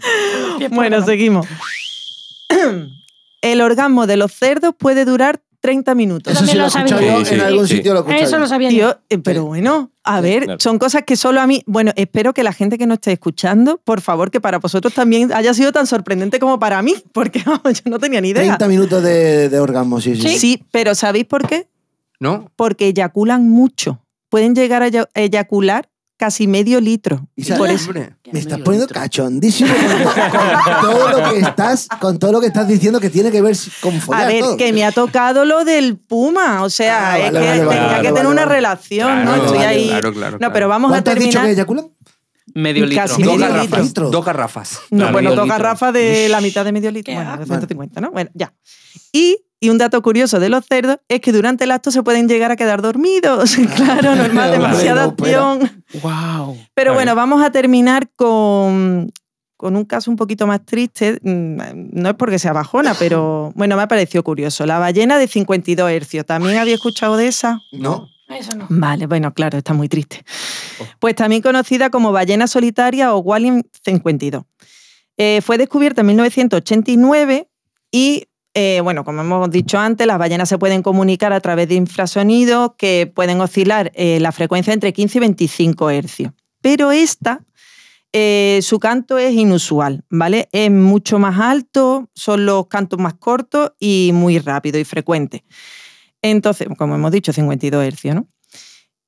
pues, Bueno, seguimos. [clears throat] El orgasmo de los cerdos puede durar 30 minutos. Eso sí también lo he escuchado lo sabía. yo, Sí, en sí, algún sí. sitio lo he escuchado Eso yo. lo sabía yo. Tío, eh, pero bueno, a ver, claro. son cosas que solo a mí. Bueno, espero que la gente que nos esté escuchando, por favor, que para vosotros también haya sido tan sorprendente como para mí, [laughs] porque vamos, yo no tenía ni idea. 30 minutos de, de orgasmo, sí, sí. ¿Sí? pero ¿sabéis por qué? ¿No? Porque eyaculan mucho. Pueden llegar a eya- eyacular casi medio litro. Y sabes- Por eso. Hombre, Me estás poniendo cachondísimo con, con todo lo que estás, con todo lo que estás diciendo que tiene que ver si- con follar A ver, todo. que me ha tocado lo del puma. O sea, Ah, es vale, que tenía vale, vale, que vale, tener vale, una vale. relación, ¿no? claro, Estoy vale, ahí. claro, claro, No, claro. pero vamos a ¿Cuánto has dicho terminar. que eyaculan? Medio litro. Casi Dos medio garrafas. litro. Dos garrafas. No, Claro, bueno, medio dos litro. garrafas de la mitad de medio litro. Qué Bueno, de asco. 150, ¿no? Bueno, ya. Y, y un dato curioso de los cerdos es que durante el acto se pueden llegar a quedar dormidos. [laughs] claro, normal, [laughs] Hombre, demasiada no, pero- acción. Wow. Pero Está bueno, bien. vamos a terminar con, con un caso un poquito más triste. Mm, No es porque sea bajona, pero bueno, me ha parecido curioso. La ballena de 52 hercios. ¿También había escuchado de esa? No. Eso no. Vale, bueno, claro, está muy triste. Pues también conocida como ballena solitaria o Walling 52. Eh, fue descubierta en 1989 y, eh, bueno, como hemos dicho antes, las ballenas se pueden comunicar a través de infrasonidos que pueden oscilar eh, la frecuencia entre 15 y 25 hercios. Pero esta, eh, su canto es inusual, ¿vale? Es mucho más alto, son los cantos más cortos y muy rápido y frecuente. Entonces, como hemos dicho, 52 hercios, ¿no?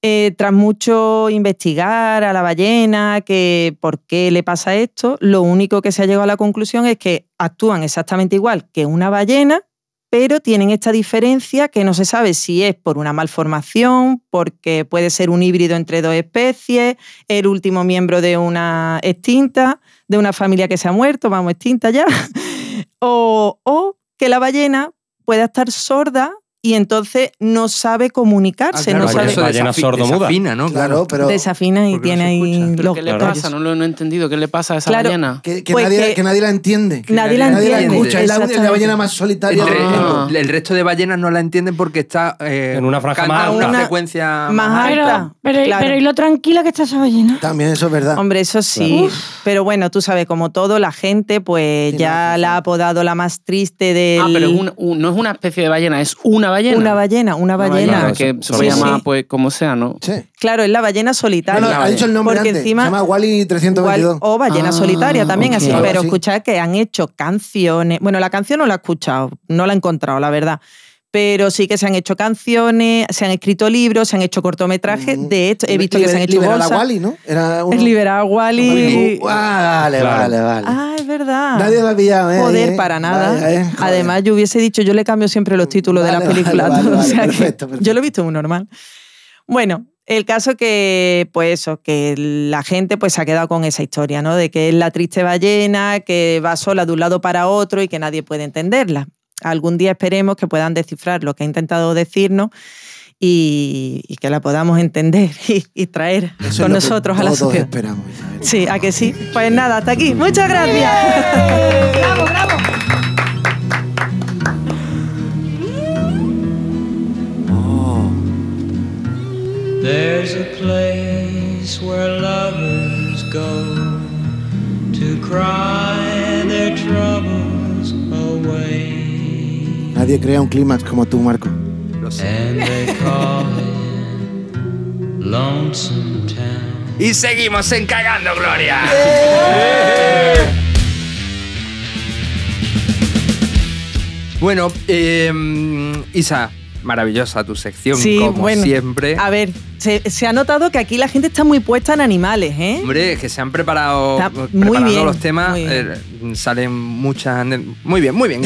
Eh, tras mucho investigar a la ballena, que por qué le pasa esto, lo único que se ha llegado a la conclusión es que actúan exactamente igual que una ballena, pero tienen esta diferencia que no se sabe si es por una malformación, porque puede ser un híbrido entre dos especies, el último miembro de una extinta, de una familia que se ha muerto, vamos, extinta ya, [laughs] o, o que la ballena pueda estar sorda y entonces no sabe Ah, comunicarse, claro, no por sabe... eso Ballena desafi- sordomuda. desafina, ¿no? Claro, pero desafina y porque no tiene se escucha. ahí ¿Pero los ¿Qué le gallos. pasa? No lo no he entendido. ¿Qué le pasa a esa Claro. ballena? que, que Pues nadie, que- que nadie la entiende. Nadie la Nadie la entiende, escucha. Es la, es la ballena más solitaria Entre- del Ah. mundo. el, el resto de ballenas no la entienden porque está eh, En una franja canta más una, alta. frecuencia Más Pero, alta, pero, claro. pero y lo tranquila que está esa ballena. También eso es verdad. Hombre, eso sí. Pero bueno, tú sabes, como todo, la gente pues Sí, ya no, sí, la sí. ha apodado la más triste del... Ah, pero es una- un- no es una especie de ballena, es una ballena. Una ballena, una ballena. Bueno, ballena. que se Sí, puede llamar, sí. pues, como sea, ¿no? Sí. Claro, es la ballena No, solitaria. no, ha dicho el nombre Porque antes. encima- se llama Wally Igual- 322. o ballena Ah, solitaria también, ok. así. Algo Pero así. escuchad que han hecho canciones. Bueno, la canción no la he escuchado, no la he encontrado, la verdad. Pero sí que se han hecho canciones, se han escrito libros, se han hecho cortometrajes. Mm. De hecho, he visto que se han hecho Libera bolsas. la Wally, ¿no? Era uno- Es liberar a Wally. Uh, Vale, Claro. vale, vale. Ah, es verdad. Nadie lo ha pillado, ¿eh? Poder Eh, para vaya, nada. eh, joder. Además, yo hubiese dicho, yo le cambio siempre los títulos de Vale, las vale, películas. vale, todo, [laughs] o vale, sea que perfecto, perfecto. Yo lo he visto muy normal. Bueno, el caso que, pues eso, que la gente pues se ha quedado con esa historia, ¿no? De que es la triste ballena, que va sola de un lado para otro y que nadie puede entenderla. Algún día esperemos que puedan descifrar lo que ha intentado decirnos y, y que la podamos entender [laughs] y, y traer Eso es lo con que nosotros a la Todos sociedad. esperamos. Isabel. Sí, a que sí. Pues nada, hasta aquí. Muchas gracias. [laughs] ¡Bravo, bravo! There's a place where lovers go to cry their troubles away, Nadie crea un clímax como tú, Marco. and they call it Lonesome Town. Y seguimos en Cagando Gloria. Bueno, eh, Isa, maravillosa tu sección, Sí, como bueno. siempre. A ver, se, se ha notado que aquí la gente está muy puesta en animales, ¿eh? Hombre, que se han preparado Está eh, muy preparando bien, los temas. muy bien. eh, salen muchas. ane- Muy bien, muy [laughs] bien.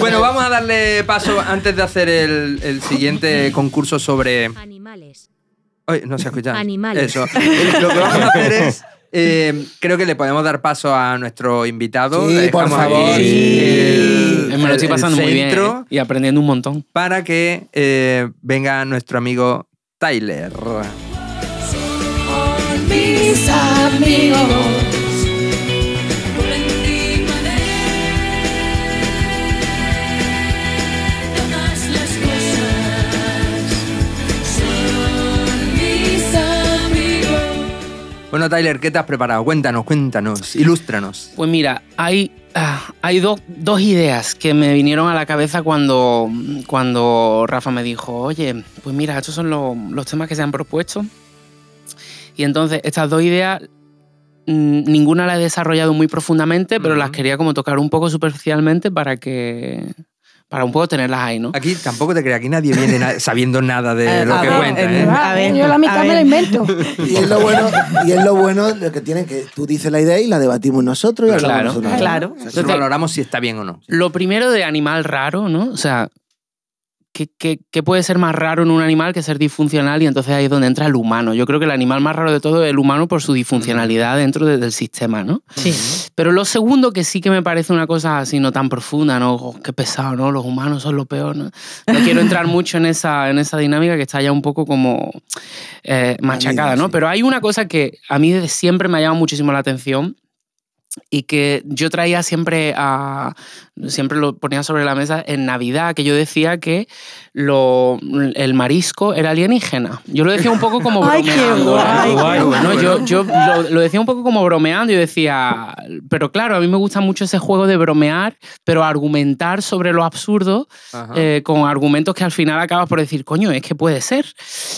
bueno, vamos a darle paso antes de hacer el, el siguiente concurso sobre. Animales. Ay, no se escucha. Animales. Eso. Eh, Lo que vamos a hacer es. eh, creo que le podemos dar paso a nuestro invitado. Sí, Le por dejamos favor. ahí Sí. el- Eh, Me lo estoy el- el pasando muy bien centro eh, y aprendiendo un montón. Para que eh, venga nuestro amigo Tyler. Mis amigos. Bueno, Tyler, ¿qué te has preparado? Cuéntanos, cuéntanos, ilústranos. Pues mira, hay, ah, hay dos- dos ideas que me vinieron a la cabeza cuando, cuando Rafa me dijo, oye, pues mira, estos son lo- los temas que se han propuesto. Y entonces estas dos ideas, mm, ninguna la he desarrollado muy profundamente, pero Ujú. las quería como tocar un poco superficialmente para que... Para un poco tenerlas ahí, ¿no? Aquí tampoco te creas, aquí nadie viene [laughs] na- sabiendo nada de Eh, lo a que ah, ver, cuenta, eh, ¿eh? a ver, yo la a mitad me ver. la invento. Y es lo bueno, y es lo bueno lo que tienen que tú dices la idea y la debatimos nosotros y hablamos Claro. nosotros. Claro. Nosotros valoramos si está bien o no. Lo primero de animal raro, ¿no? O sea, ¿qué, qué, qué puede ser más raro en un animal que ser disfuncional? Y entonces ahí es donde entra el humano. Yo creo que el animal más raro de todo es el humano por su disfuncionalidad dentro de- del sistema, ¿no? Sí. Pero lo segundo que sí que me parece una cosa así no tan profunda, ¿no? Oh, qué pesado, ¿no? Los humanos son lo peor, ¿no? No quiero entrar mucho en esa, en esa dinámica que está ya un poco como eh, machacada, ¿no? sí. Pero hay una cosa que a mí desde siempre me ha llamado muchísimo la atención y que yo traía siempre a... Siempre lo ponía sobre la mesa en Navidad, que yo decía que lo, el marisco era alienígena. Yo lo decía un poco [laughs] como Ay, qué bromeando, ¿eh? guay, qué Bueno, guay. yo, yo lo, lo decía un poco como bromeando y decía, pero claro, a mí me gusta mucho ese juego de bromear, pero argumentar sobre lo absurdo Ajá. eh, con argumentos que al final acabas por decir, coño, es que puede ser.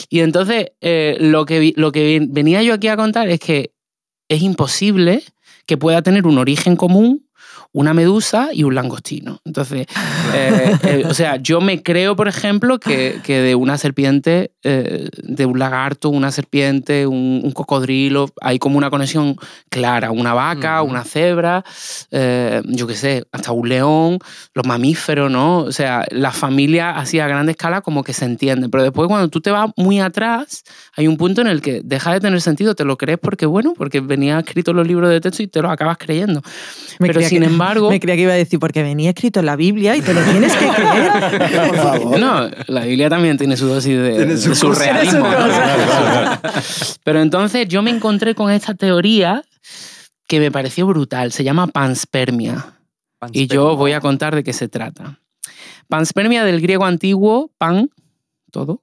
Y entonces eh, lo, que vi- lo que ven- venía yo aquí a contar es que es imposible que pueda tener un origen común una medusa y un langostino. Entonces, eh, eh, o sea, yo me creo, por ejemplo, que, que de una serpiente, eh, de un lagarto, una serpiente, un, un cocodrilo, hay como una conexión clara, una vaca, Ujú. una cebra, eh, yo qué sé, hasta un león, los mamíferos, ¿no? O sea, la familia así a gran escala como que se entiende, pero después cuando tú te vas muy atrás, hay un punto en el que deja de tener sentido, te lo crees porque, bueno, porque venía escrito en los libros de texto y te lo acabas creyendo. pero creía sin que- embargo... Me creía que iba a decir, porque venía escrito en la Biblia y te lo tienes que creer. Por favor. No, la Biblia también tiene su dosis de, Tiene de su cosa. surrealismo. Tiene su Pero entonces yo me encontré con esta teoría que me pareció brutal. Se llama panspermia. Y yo voy a contar de qué se trata. Panspermia del griego antiguo, pan, todo,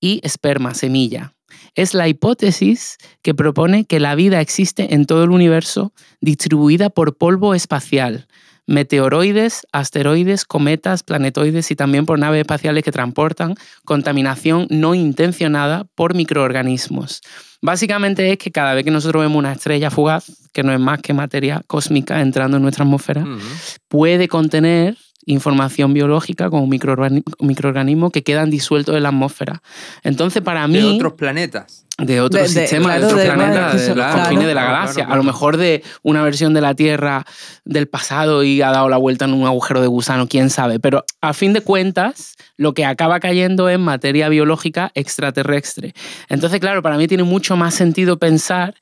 y esperma, semilla. Es la hipótesis que propone que la vida existe en todo el universo distribuida por polvo espacial, meteoroides, asteroides, cometas, planetoides y también por naves espaciales que transportan contaminación no intencionada por microorganismos. Básicamente es que cada vez que nosotros vemos una estrella fugaz, que no es más que materia cósmica entrando en nuestra atmósfera, Ujú. puede contener información biológica como microorgani- microorganismos que quedan disueltos en la atmósfera. Entonces, para mí De otros planetas. de otros De- de- sistemas, de, claro, otros de- planetas, de- de, los claro, confines de la claro, galaxia. claro, A lo claro. mejor de una versión de la Tierra del pasado y ha dado la vuelta en un agujero de gusano, quién sabe. Pero a fin de cuentas, lo que acaba cayendo es materia biológica extraterrestre. Entonces, claro, para mí tiene mucho más sentido pensar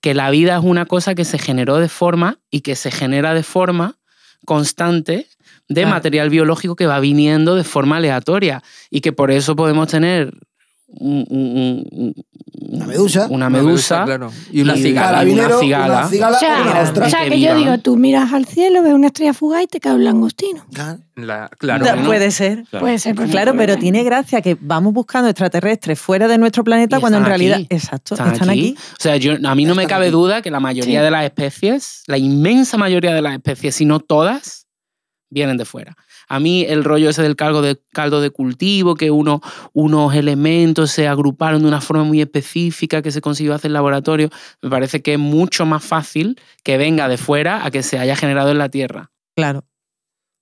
que la vida es una cosa que se generó de forma y que se genera de forma constante de Claro. material biológico que va viniendo de forma aleatoria y que por eso podemos tener un- un- un- un- Una medusa. Una medusa. claro. Y una y cigala. carabinero. Carabinero, cigala. una O cigala o sea, una Mira, ostra. o sea, que que yo viva. digo, tú miras al cielo, ves una estrella fugaz y te cae un langostino. Claro. La- claro. Da- ¿no? Puede ser. Claro. Puede ser pues, Claro, pero perfectamente. tiene gracia que vamos buscando extraterrestres fuera de nuestro planeta Y cuando en están realidad. aquí. Exacto, Están están, aquí. aquí. O sea, yo, a mí no me Están cabe aquí. duda que la mayoría Sí. de las especies, la inmensa mayoría de las especies, si no todas, vienen de fuera. A mí el rollo ese del caldo de, caldo de cultivo, que uno, unos elementos se agruparon de una forma muy específica que se consiguió hacer en laboratorio, me parece que es mucho más fácil que venga de fuera a que se haya generado en la Tierra. Claro.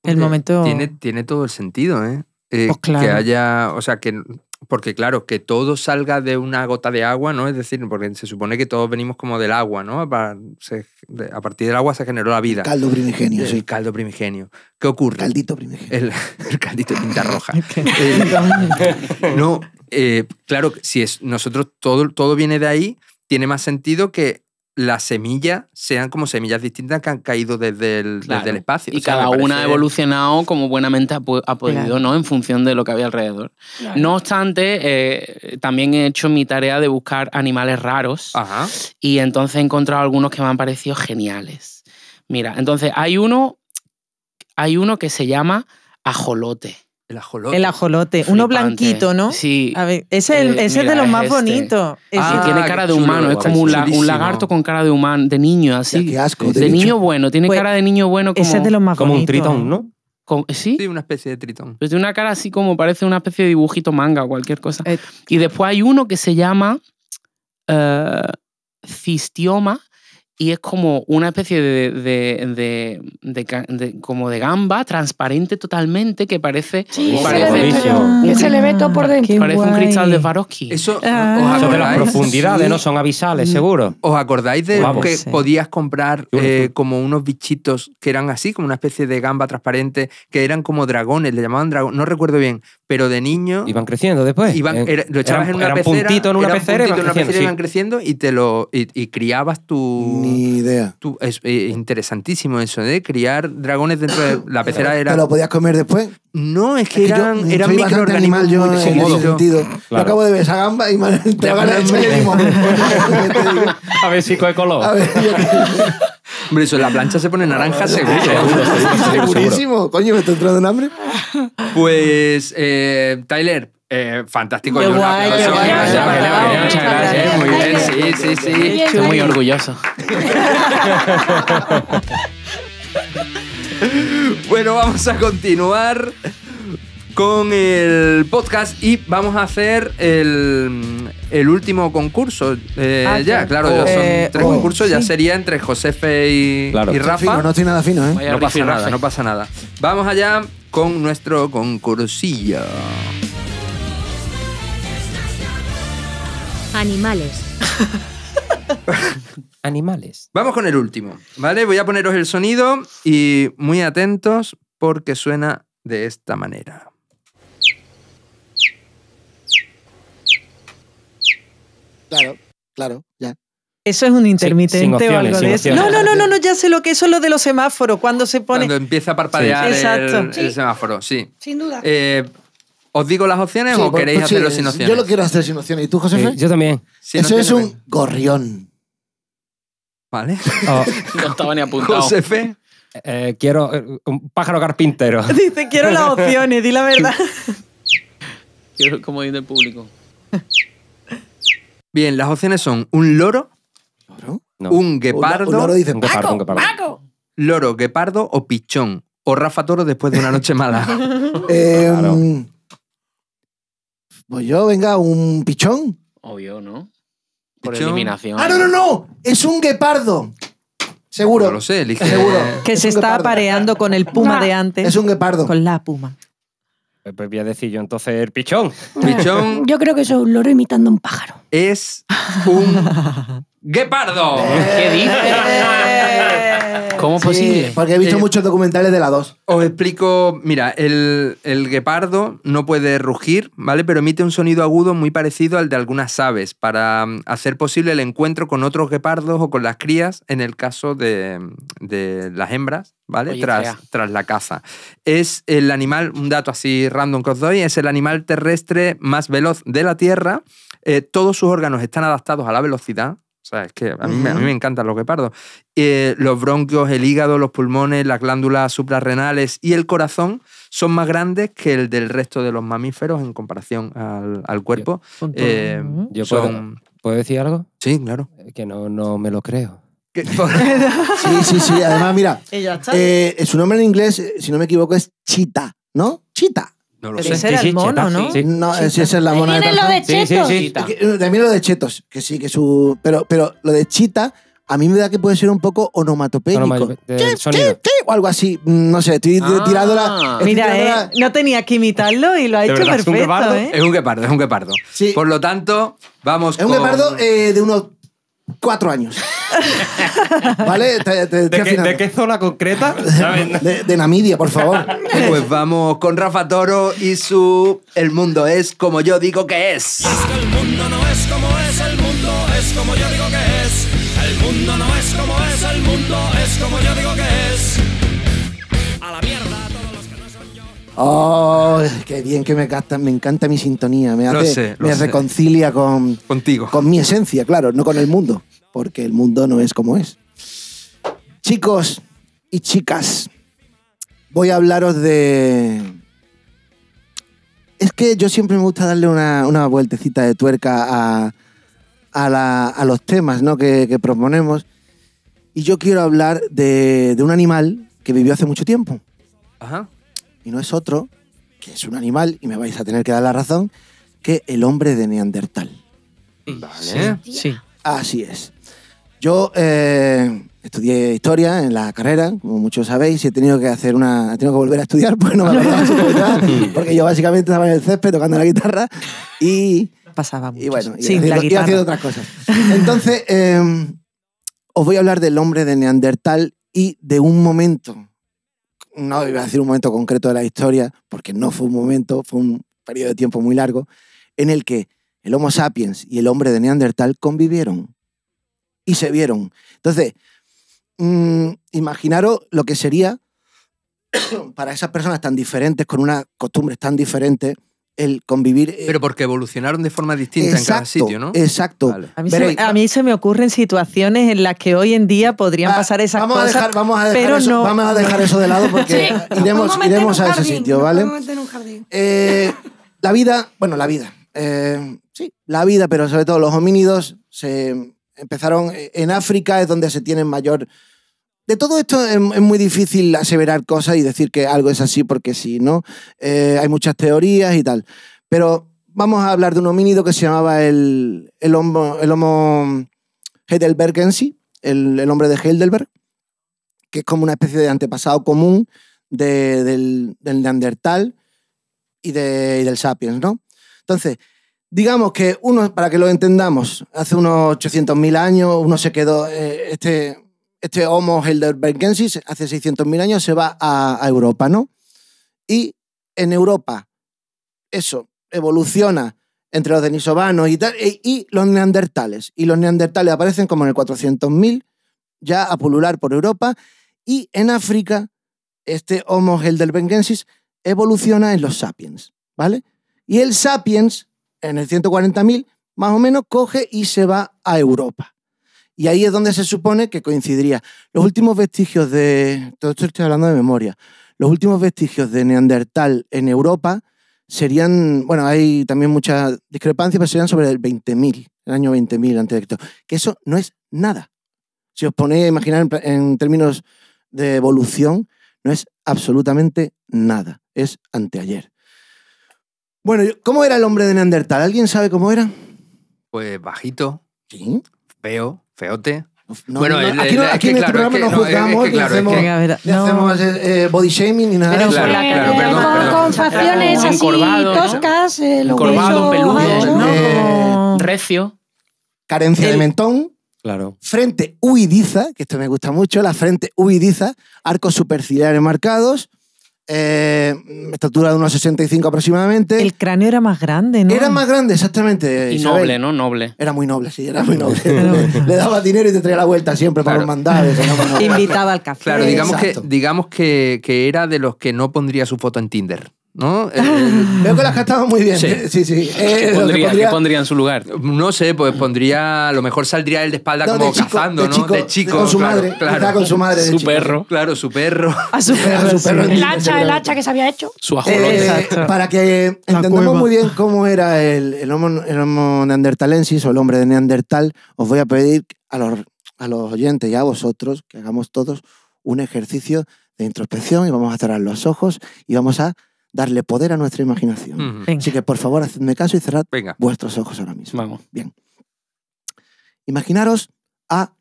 El Hombre, momento. Tiene, tiene todo el sentido, ¿eh? Eh, Pues claro. Que haya, o sea, que... Porque claro, que todo salga de una gota de agua, ¿no? Es decir, porque se supone que todos venimos como del agua, ¿no? Pa- se- de- A partir del agua se generó la vida. Caldo primigenio, el sí. caldo primigenio. ¿Qué ocurre? Caldito primigenio. El, [laughs] el caldito de tinta roja. que- No, eh, claro, si es, nosotros todo, todo viene de ahí, tiene más sentido que las semillas sean como semillas distintas que han caído desde el, Claro. desde el espacio. Y O sea, cada me una ha parece- evolucionado como buenamente ha, pu- ha podido, Claro. ¿no? En función de lo que había alrededor. Claro. No obstante, eh, también he hecho mi tarea de buscar animales raros Ah. Ajá. y entonces he encontrado algunos que me han parecido geniales. Mira, entonces hay uno, hay uno que se llama ajolote. El ajolote. El ajolote. Uno Flipante. blanquito, ¿no? Sí. A ver, ese, es el- ese Eh, es mira, de los es más este. bonitos. Ese- y Ah, tiene qué cara de chulo, humano, es guapo, como un, la- un chulísimo. lagarto con cara de humano, de niño, así. Qué asco, de de bicho. niño bueno, tiene Pues, cara de niño bueno como... ese es de los más Como un bonitos. tritón, ¿no? como- ¿sí? Sí, una especie de tritón. Pues tiene una cara así como parece una especie de dibujito manga o cualquier cosa. Eh, Y después hay uno que se llama eh, cistioma y es como una especie de, de- de- de ca- de- como de gamba transparente totalmente que parece, Sí, ese parece, le ve buenísimo. todo- ese le ve todo por dentro. Qué parece un guay. cristal de Swarovski. Eso, Ah. ¿os Eso de las acordáis? profundidades, Sí. no son abisales, seguro. ¿Os acordáis de Vamos. que Sí. podías comprar Yo lo eh, sé. como unos bichitos que eran así, como una especie de gamba transparente, que eran como dragones, le llamaban dragón, no recuerdo bien, pero de niño Iban creciendo después. iban- Eh, era- lo echabas eran- en una eran pecera, puntitos en una eran pecera puntitos y iban en una creciendo, pecera, sí. iban creciendo y te lo y, y criabas tu Ni idea. tu- es eh, interesantísimo eso de criar dragones dentro de la pecera era ¿Te lo podías comer después? no es Es que que yo eran soy eran bastante microorganismos animal, yo muy en ese cómodos. sentido. Yo Claro. acabo de ver esa gamba y me [laughs] te va a ganar el limón. [laughs] A ver si coge A color. ver, yo- hombre eso en la plancha se pone naranja seguro [laughs] segurísimo. Coño, me está entrando un hambre. pues eh, Tyler eh, fantástico Qué yo un guay, aplauso. qué guay, Gracias, qué guay, bravo, muchas muchas gracias. muy bien Tyler. sí sí Qué sí bien, Estoy muy Jaime. orgulloso. Bueno, vamos a continuar con el podcast y vamos a hacer el, el último concurso. Eh, Ah, ya, claro. claro, ya son Eh, tres oh, concursos, ya sí. sería entre Josefe y, Claro. y Fino, Rafa. no estoy nada fino, ¿eh? Vaya No pasa rifirrafe. nada, no pasa nada. Vamos allá con nuestro concursillo. Animales. Animales. Vamos con el último, ¿vale? Voy a poneros el sonido y muy atentos porque suena de esta manera. Claro, claro, ya. Eso es un intermitente sin o opciones, algo sin de eso. No, opciones. no, no, no, no, ya sé lo que eso es lo de los semáforos. Cuando se pone. Cuando empieza a parpadear Sí. el- Exacto. el Sí. semáforo, sí. Sin duda. Eh, ¿Os digo las opciones Sí, o pues, queréis pues, hacerlo sí, sin opciones? Yo lo quiero hacer sin opciones. ¿Y tú, José? Sí, yo también. Sin Eso es opciones, un gorrión. Vale. Oh, No estaba ni apuntado. Josefe. eh, quiero eh, un pájaro [laughs] carpintero. [laughs] Dice, quiero las opciones, di la verdad. Quiero el comodín del público. Bien, las opciones son un loro, ¿no? No. un Un lo- guepardo, Un loro dice, Un guepardo, un guepardo. loro, guepardo o pichón. O Rafa Toro después de una noche [laughs] mala. Eh, Claro. mm, Pues yo, venga, un pichón. Obvio, ¿no? Por Pichón. eliminación. ¡Ah, no, no, no! Es un guepardo. Seguro. No lo sé, Eh, elige. Seguro. Que Es se un está guepardo. apareando con el puma Ah, de antes. Es un guepardo. Este. Con la puma. Pues voy a decir yo entonces el pichón. Pichón. Yo creo que soy un loro imitando a un pájaro. Es un [laughs] guepardo. ¿Qué Eh. dices? ¿Cómo es Sí, posible? Porque he visto Eh, muchos documentales de la 2. Os explico, mira, el, el guepardo no puede rugir, ¿vale? Pero emite un sonido agudo muy parecido al de algunas aves para mm, hacer posible el encuentro con otros guepardos o con las crías, en el caso de, de las hembras, ¿vale? Oye, tras, fea. tras la caza. Es el animal, un dato así random que os doy, es el animal terrestre más veloz de la Tierra. Eh, todos sus órganos están adaptados a la velocidad. O sea, es que a mí, me- a mí me encantan los guepardos. Eh, los bronquios, el hígado, los pulmones, las glándulas suprarrenales y el corazón son más grandes que el del resto de los mamíferos en comparación al, al cuerpo. Eh, Yo son... ¿Puedo decir algo? Sí, claro. Eh, Que no, no me lo creo. Que- Sí, sí, sí. Además, mira, Y ya está. eh, su nombre en inglés, eh, si no me equivoco, es Chita, ¿no? Chita. [laughs] no lo [laughs] Pero sé. ese era el mono, ¿no? Sí, No, eh, sí, esa es la mona de Viene lo Tarzán. de sí, sí. chetos. sí. Que, eh, También lo de Chetos, que sí, que su. Pero, pero lo de Chita, a mí me da que puede ser un poco onomatopénico. Bueno, ma- del sonido. ¿Qué? O algo así. Mm, No sé, estoy Ah. tirando la. Mira, eh, no tenía que imitarlo y lo ha ¿De hecho verdad es perfecto, un guepardo? ¿eh? Es un guepardo, es un guepardo. Sí. Por lo tanto, vamos Es un con- guepardo eh, de unos cuatro años. ¿Vale? Te- te- estoy ¿De, qué, afinando. de qué zona concreta? [laughs] De- de Namibia, por favor. Pues vamos con Rafa Toro y su El mundo es como yo digo que es. Oh, qué bien que me captan, me encanta mi sintonía, me, Lo hace- sé, lo me sé. reconcilia con, Contigo. con mi esencia, claro, no con el mundo, porque el mundo no es como es. Chicos y chicas, voy a hablaros de... Es que yo siempre me gusta darle una, una vueltecita de tuerca a, a la- a los temas ¿no? que, que proponemos. Y yo quiero hablar de- de un animal que vivió hace mucho tiempo Ajá. y no es otro, que es un animal, y me vais a tener que dar la razón, que el hombre de Neandertal. Vale. Sí. Así es. Yo eh, estudié historia en la carrera, como muchos sabéis, y he tenido que hacer una, he tenido que volver a estudiar, [laughs] porque no me había dado nada, porque yo básicamente estaba en el césped tocando la guitarra y Eh, Pasaba mucho. y bueno, y, sin haciendo, la y guitarra. haciendo otras cosas. Entonces, eh, os voy a hablar del hombre de Neandertal y de un momento. No iba a decir un momento concreto de la historia, porque no fue un momento, fue un periodo de tiempo muy largo, en el que el Homo sapiens y el hombre de Neandertal convivieron y se vieron. Entonces, mm, imaginaros lo que sería [coughs] para esas personas tan diferentes, con unas costumbres tan diferentes, el convivir. eh, Pero porque evolucionaron de forma distinta en cada sitio, ¿no? Exacto. Vale. A mí, se, Veréis, me- a mí se me ocurren situaciones en las que hoy en día podrían Ah, pasar esas vamos cosas. A dejar, vamos, a dejar pero eso, no- vamos a dejar eso de lado porque Sí. iremos, Nos podemos meter en iremos un a ese jardín, sitio, nos ¿vale? podemos meter en un jardín. Eh, la vida, bueno, la vida. eh, sí, la vida, pero sobre todo los homínidos se empezaron eh, en África, es donde se tienen mayor. De todo esto es, es muy difícil aseverar cosas y decir que algo es así porque sí, ¿no? Eh, hay muchas teorías y tal. Pero vamos a hablar de un homínido que se llamaba el, el homo, el homo heidelbergensis, el, el hombre de Heidelberg, que es como una especie de antepasado común de- del, del neandertal y, de- y del sapiens, ¿no? Entonces, digamos que uno, para que lo entendamos, hace unos 800.000 años uno se quedó, eh, este, este Homo heidelbergensis hace 600.000 años se va a, a Europa, ¿no? Y en Europa eso evoluciona entre los denisovanos y, tal, e- y los neandertales. Y los neandertales aparecen como en el 400.000 ya a pulular por Europa y en África este Homo heidelbergensis evoluciona en los sapiens, ¿vale? Y el sapiens, en el 140.000, más o menos coge y se va a Europa. Y ahí es donde se supone que coincidiría. Los últimos vestigios de... Todo esto estoy hablando de memoria. Los últimos vestigios de Neandertal en Europa serían... Bueno, hay también mucha discrepancia, pero serían sobre el 20.000, el año 20.000 antes de Cristo. Que eso no es nada. Si os ponéis a imaginar en, pla- en términos de evolución no es absolutamente nada. Es anteayer. Bueno, yo- ¿cómo era el hombre de Neandertal? ¿Alguien sabe cómo era? Pues bajito, Sí. feo, feote. No, Bueno, no, el- aquí, no- el- es aquí que en claro, este es programa que no no, es- es que juzgamos, ni claro, es hacemos, que- ni Venga, a ver, no. hacemos, eh, eh, body shaming ni nada de Pero eso. Claro, Eh, claro, perdón, con, perdón. con facciones Claro, así encorvado, ¿no? toscas, eh, lo Encorvado, hueso peludo, ancho. ¿no? Eh, No. Recio. Carencia de mentón. Claro. frente huidiza, que esto me gusta mucho, la frente huidiza, arcos superciliares marcados, eh, estatura de unos 65 aproximadamente. El cráneo era más grande, ¿no? Era más grande, exactamente. Y Isabel. noble, ¿no? Noble. Era muy noble, sí, era muy [laughs] noble. Le daba dinero y te traía la vuelta siempre para Claro. los mandados. era muy Te [laughs] noble. invitaba al café. Claro, Eh, digamos, que, Exacto. digamos que, que era de los que no pondría su foto en Tinder, ¿no? [laughs] Eh, Veo que la has gastado muy bien. Sí. Sí, sí. sí. ¿Qué Eh, lo que pondría, pondría- qué pondría en su lugar? no sé, pues pondría, a lo mejor saldría él de espalda No, de como chico, cazando, de ¿no? chico, de chico. Con su claro, madre. Estaba Claro, con su madre. de Su chico. perro, claro, su [laughs] perro. A su perro, A su perro. sí. El hacha, el hacha que se había hecho. su ajolote. Eh, Exacto. para que La entendamos cueva. muy bien cómo era el, el homo, el homo neandertalensis o el hombre de Neandertal, os voy a pedir a los, a los oyentes y a vosotros que hagamos todos un ejercicio de introspección y vamos a cerrar los ojos y vamos a darle poder a nuestra imaginación. Mm, Venga. Así que por favor, hacedme caso y cerrad Venga. vuestros ojos ahora mismo. Vamos. Imaginaros a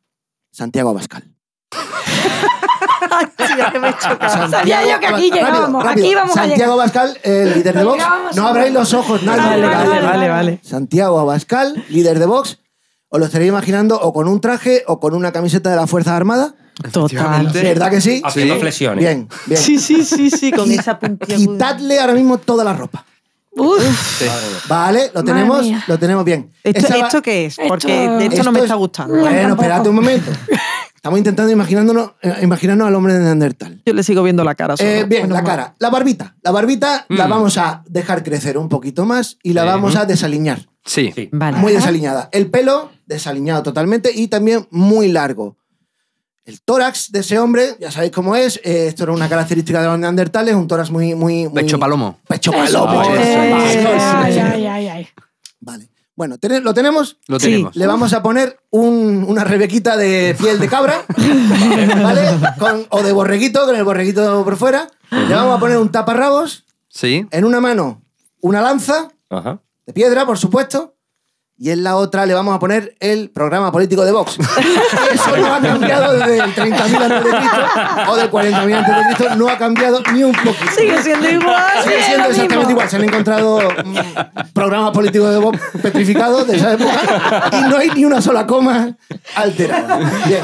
Santiago Abascal. Ay, chica, que me chocaba. Sabía yo que aquí Abascal- rápido, llegábamos, rápido. aquí íbamos a Santiago llegar. Abascal, el líder de Vox. Llegábamos No a- abráis los ojos, nadie. Vale, vale, vale, vale. Santiago Abascal, líder de Vox, os lo estaréis imaginando o con un traje o con una camiseta de las Fuerzas Armadas. Total. Efectivamente. ¿Verdad que sí? Haciendo Sí. flexiones. Bien, bien. Sí, sí, sí, sí, con esa puntiaguda. Quitadle ahora mismo toda la ropa. Uf, Vale, lo Madre tenemos, mía. lo tenemos bien. ¿Esto, Esa va- ¿Esto qué es? Esto- Porque de esto no me es- está gustando. Bueno, Tampoco. espérate un momento. Estamos intentando imaginándonos, eh, imaginarnos al hombre de Neandertal. Yo le sigo viendo la cara. solo. Eh, bien, Bueno, la mal. Mm. cara. La barbita. La barbita la vamos a dejar crecer un poquito más y la vamos a desaliñar. Sí. Sí. Vale. Muy desaliñada. El pelo desaliñado totalmente y también muy largo. El tórax de ese hombre, ya sabéis cómo es, eh, esto era una característica de los neandertales, un tórax muy... muy, muy Pecho palomo. Pecho eso, palomo. eso, eso, eso, eso, eso, ay, eso. ay, ay, ay. Vale. Bueno, ¿tene- lo tenemos. Lo Sí. tenemos. Le vamos a poner un- una rebequita de piel de cabra, ¿vale? Con- o de borreguito, con el borreguito por fuera. Le vamos a poner un taparrabos, Sí. en una mano una lanza, Ajá. de piedra, por supuesto. Y en la otra le vamos a poner el programa político de Vox. [laughs] Eso no ha cambiado desde el 30.000 antes de Cristo o del 40.000 antes de Cristo. No ha cambiado ni un poquito. Sigue [laughs] siendo igual. Sigue siendo exactamente igual. Se han encontrado mm, programas políticos de Vox petrificados de esa época y no hay ni una sola coma alterada. Bien.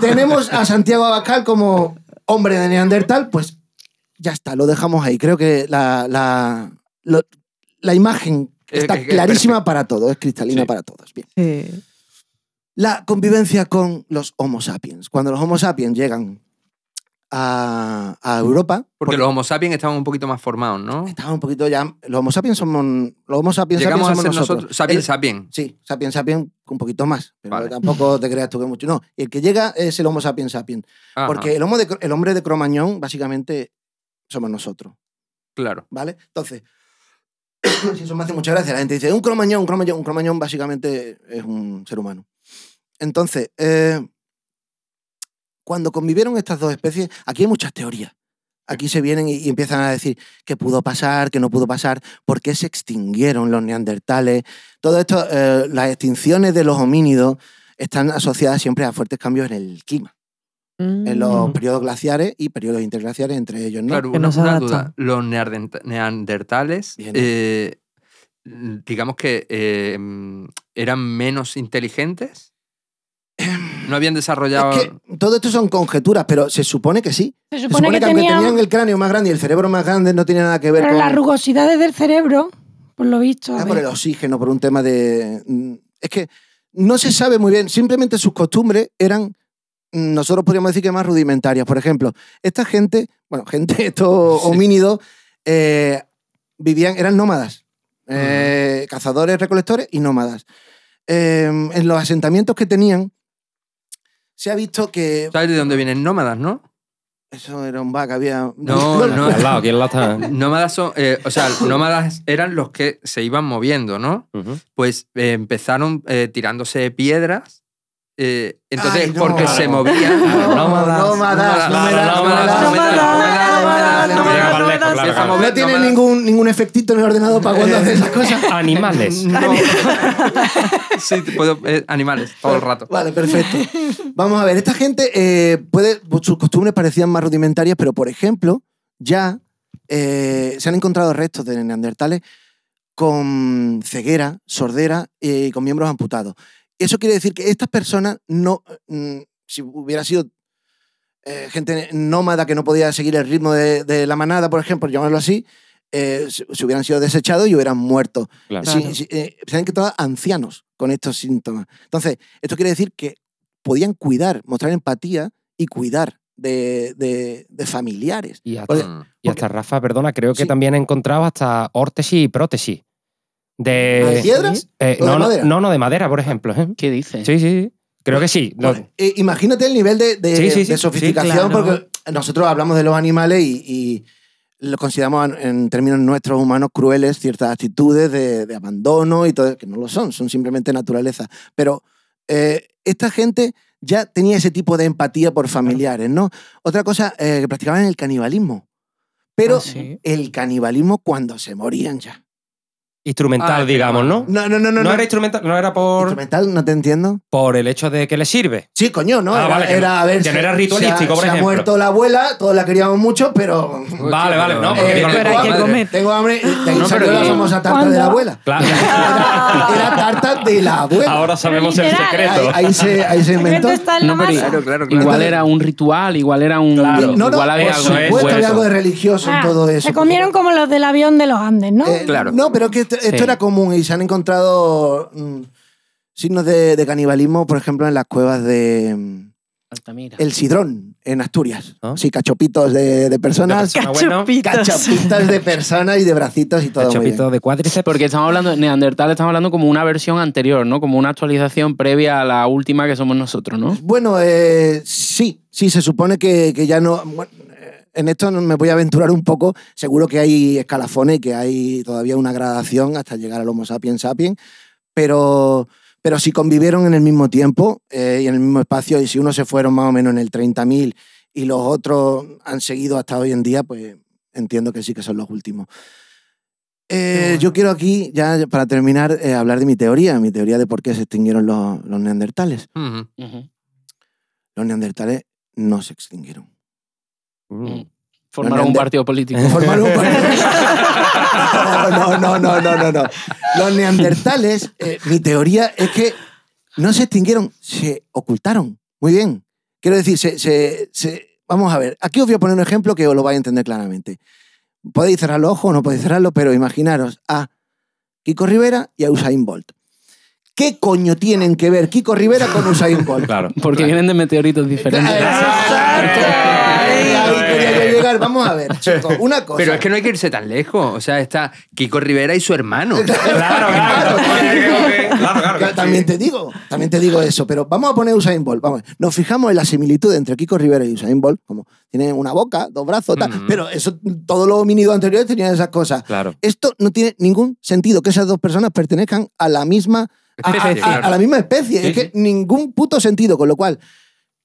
Tenemos a Santiago Abascal como hombre de Neandertal, pues ya está, lo dejamos ahí. Creo que la, la, lo- la imagen Eh, está eh, eh, clarísima perfecto. para todos, es cristalina Sí. para todos. Bien. Sí. La convivencia con los Homo sapiens. Cuando los Homo sapiens llegan a, a Europa, Porque los homo sapiens estaban un poquito más formados, ¿no? Estaba un poquito ya. Los Homo sapiens somos. Los Homo sapiens, Llegamos a sapiens somos ser nosotros. Sapiens, El- sapiens. Sí, sapiens sapiens un poquito más. Pero Vale. tampoco te creas tú que mucho. No, el que llega es el Homo sapiens sapiens. Ajá, Porque el, homo de- el hombre de Cromañón, básicamente, somos nosotros. Claro. ¿Vale? Entonces. [coughs] si eso me hace mucha gracia. La gente dice: un Cromañón, un Cromañón, un Cromañón, básicamente es un ser humano. Entonces. eh, cuando convivieron estas dos especies, aquí hay muchas teorías. Aquí se vienen y, y empiezan a decir qué pudo pasar, qué no pudo pasar, por qué se extinguieron los neandertales. Todo esto, eh, las extinciones de los homínidos están asociadas siempre a fuertes cambios en el clima, en los Mm. periodos glaciares y periodos interglaciares entre ellos. ¿no? Claro, Que una, nos una adaptan. duda. Los neardent- neandertales, Bien. eh, digamos que eh, mm, eran menos inteligentes. No habían desarrollado. Em, Es que todo esto son conjeturas, pero se supone que sí. Se Se supone, supone que, que, aunque tenían, tenían el cráneo más grande y el cerebro más grande, no tiene nada que ver pero con... las rugosidades del cerebro, por lo visto. a Ah, por ver. [laughs] el oxígeno, por un tema de. mm, Es que no se sabe muy bien, simplemente sus costumbres eran, mm, nosotros podríamos decir que más rudimentarias. Por ejemplo, esta gente, bueno, [laughs] gente, estos Sí. homínidos, eh, vivían, eran nómadas, eh, cazadores, recolectores y nómadas. Eh, en los asentamientos que tenían, se ha visto que. ¿Sabes de dónde vienen nómadas, no? Eso era un vaca, había. [laughs] No, no. Aquí al lado, aquí al lado [laughs] está. Nómadas son. eh, o sea, nómadas eran los que se iban moviendo, ¿no? Ujú. Pues eh, empezaron eh, tirándose piedras. eh, entonces, Ay, no. porque se Claro. movía. No me das, no me das, no me das, no me das, no me das, no me das, no me das, no me das. Empieza a mover, No tiene me das. ningún, ningún efectito en el ordenador para [laughs] cuando haces esas cosas. Animales. No. sí, te puedo, eh, animales, todo el rato. Vale, perfecto. Vamos a ver, esta gente eh, puede, pues, sus costumbres parecían más rudimentarias, pero por ejemplo, ya eh, se han encontrado restos de neandertales con ceguera, sordera eh, y con miembros amputados. Eso quiere decir que estas personas no, mm, si hubiera sido eh, gente nómada que no podía seguir el ritmo de, de la manada, por ejemplo, llamarlo así, eh, se, se hubieran sido desechados y hubieran muerto. [laughs] Claro. Sí, sí, eh, se han encontrado ancianos con estos síntomas. Entonces, esto quiere decir que podían cuidar, mostrar empatía y cuidar de, de- de familiares. Y hasta, Porque- Mm. y hasta, Rafa, perdona, creo que Sí. también he encontrado hasta órtesis y prótesis. ¿De De, piedras? eh, ¿O de no, no, madera? no, no, de madera, por ejemplo. ¿eh? ¿Qué dices? Sí, sí, sí. Creo que sí. Lo- Bueno, eh, imagínate el nivel de, de- Sí, sí, de sí, sofisticación, sí, claro. porque nosotros hablamos de los animales y, y los consideramos en, en términos nuestros humanos crueles ciertas actitudes de, de abandono y todo, que no lo son, son simplemente naturaleza. Pero eh, esta gente ya tenía ese tipo de empatía por familiares, ¿no? Otra cosa, eh, que practicaban el canibalismo. Pero Ah, sí. el canibalismo cuando se morían ya. Instrumental, Ah, digamos, ¿no? No, no, no, no. No, no. era instrumental, no era por, Instrumental, no te entiendo. por el hecho de que le sirve. Sí, coño, ¿no? Ah, era, vale, que no- era, a ver, que no se- era ritualístico, se ha- por se ha ejemplo. muerto la abuela, todos la queríamos mucho, [laughs] pero. Vale, vale, no, Pero- porque Eh, con- pero hay que madre. comer. Tengo hambre. y Te No, salió pero la que- famosa tarta de la ¿Cuándo? abuela. [laughs] Claro. Ah. [laughs] Era tarta de la abuela. Ahora sabemos el literal, ahí, secreto. ahí se, ahí [laughs] se El inventó. secreto está en la No, pero- masa. Claro, claro, claro. Igual era un ritual, igual era un. Claro. No, no, igual había por algo. ¿eh? supuesto, Fue había eso. algo de religioso en Ah, todo eso. se por comieron como los del avión de los Andes, ¿no? Eh, Claro. No, pero es que esto, esto Sí. era común y se han encontrado mm, signos de, de canibalismo, por ejemplo, en las cuevas de mm, Altamira. El Sidrón, en Asturias. ¿Ah? Sí, cachopitos de, de personas. persona, bueno, [laughs] Cachapitos de personas y de bracitos y todo. muy bien. Chapito de cuádriceps. Porque estamos hablando, Neandertal estamos hablando como una versión anterior, ¿no? Como una actualización previa a la última que somos nosotros, ¿no? Bueno, eh, sí, sí, se supone que, que ya no... bueno, eh, en esto no me voy a aventurar un poco. Seguro que hay escalafones y que hay todavía una gradación hasta llegar al Homo sapiens sapiens, pero, pero si convivieron en el mismo tiempo eh, y en el mismo espacio, y si unos se fueron más o menos en el 30.000 y los otros han seguido hasta hoy en día, pues entiendo que sí que son los últimos. Eh, Yo quiero aquí, ya para terminar, eh, hablar de mi teoría, mi teoría de por qué se extinguieron los- los neandertales Ujú. Ujú. los neandertales no se [laughs] extinguieron. Mm. Formaron un Neander- partido político. [laughs] Formaron un partido. No, no, no, no, no, no. Los neandertales, eh, mi teoría es que no se extinguieron, se ocultaron. Muy bien. Quiero decir, se, se- se- vamos a ver, aquí os voy a poner un ejemplo que os lo vais a entender claramente. Podéis cerrar los ojos o no podéis cerrarlos, pero imaginaros a Kiko Rivera y a Usain Bolt. ¿Qué coño tienen que ver Kiko Rivera con Usain Bolt? Claro. Porque vienen de meteoritos diferentes. Ah, Exacto. Ahí, ahí quería yo llegar. Vamos a ver, chicos, una cosa. Pero es que no hay que irse tan lejos. O sea, está Kiko Rivera y su hermano. Claro, claro. Eh, Claro, claro. Yo también te digo, también te digo eso, pero vamos a poner Usain Bolt. Vamos, nos fijamos en la similitud entre Kiko Rivera y Usain Bolt, como tienen una boca, dos brazos, tal, Ujú. pero eso todos los homínidos anteriores tenían esas cosas. Claro. Esto no tiene ningún sentido que esas dos personas pertenezcan a la misma a, a- Especie, a- claro. a la misma especie, Sí, es que ningún puto sentido, con lo cual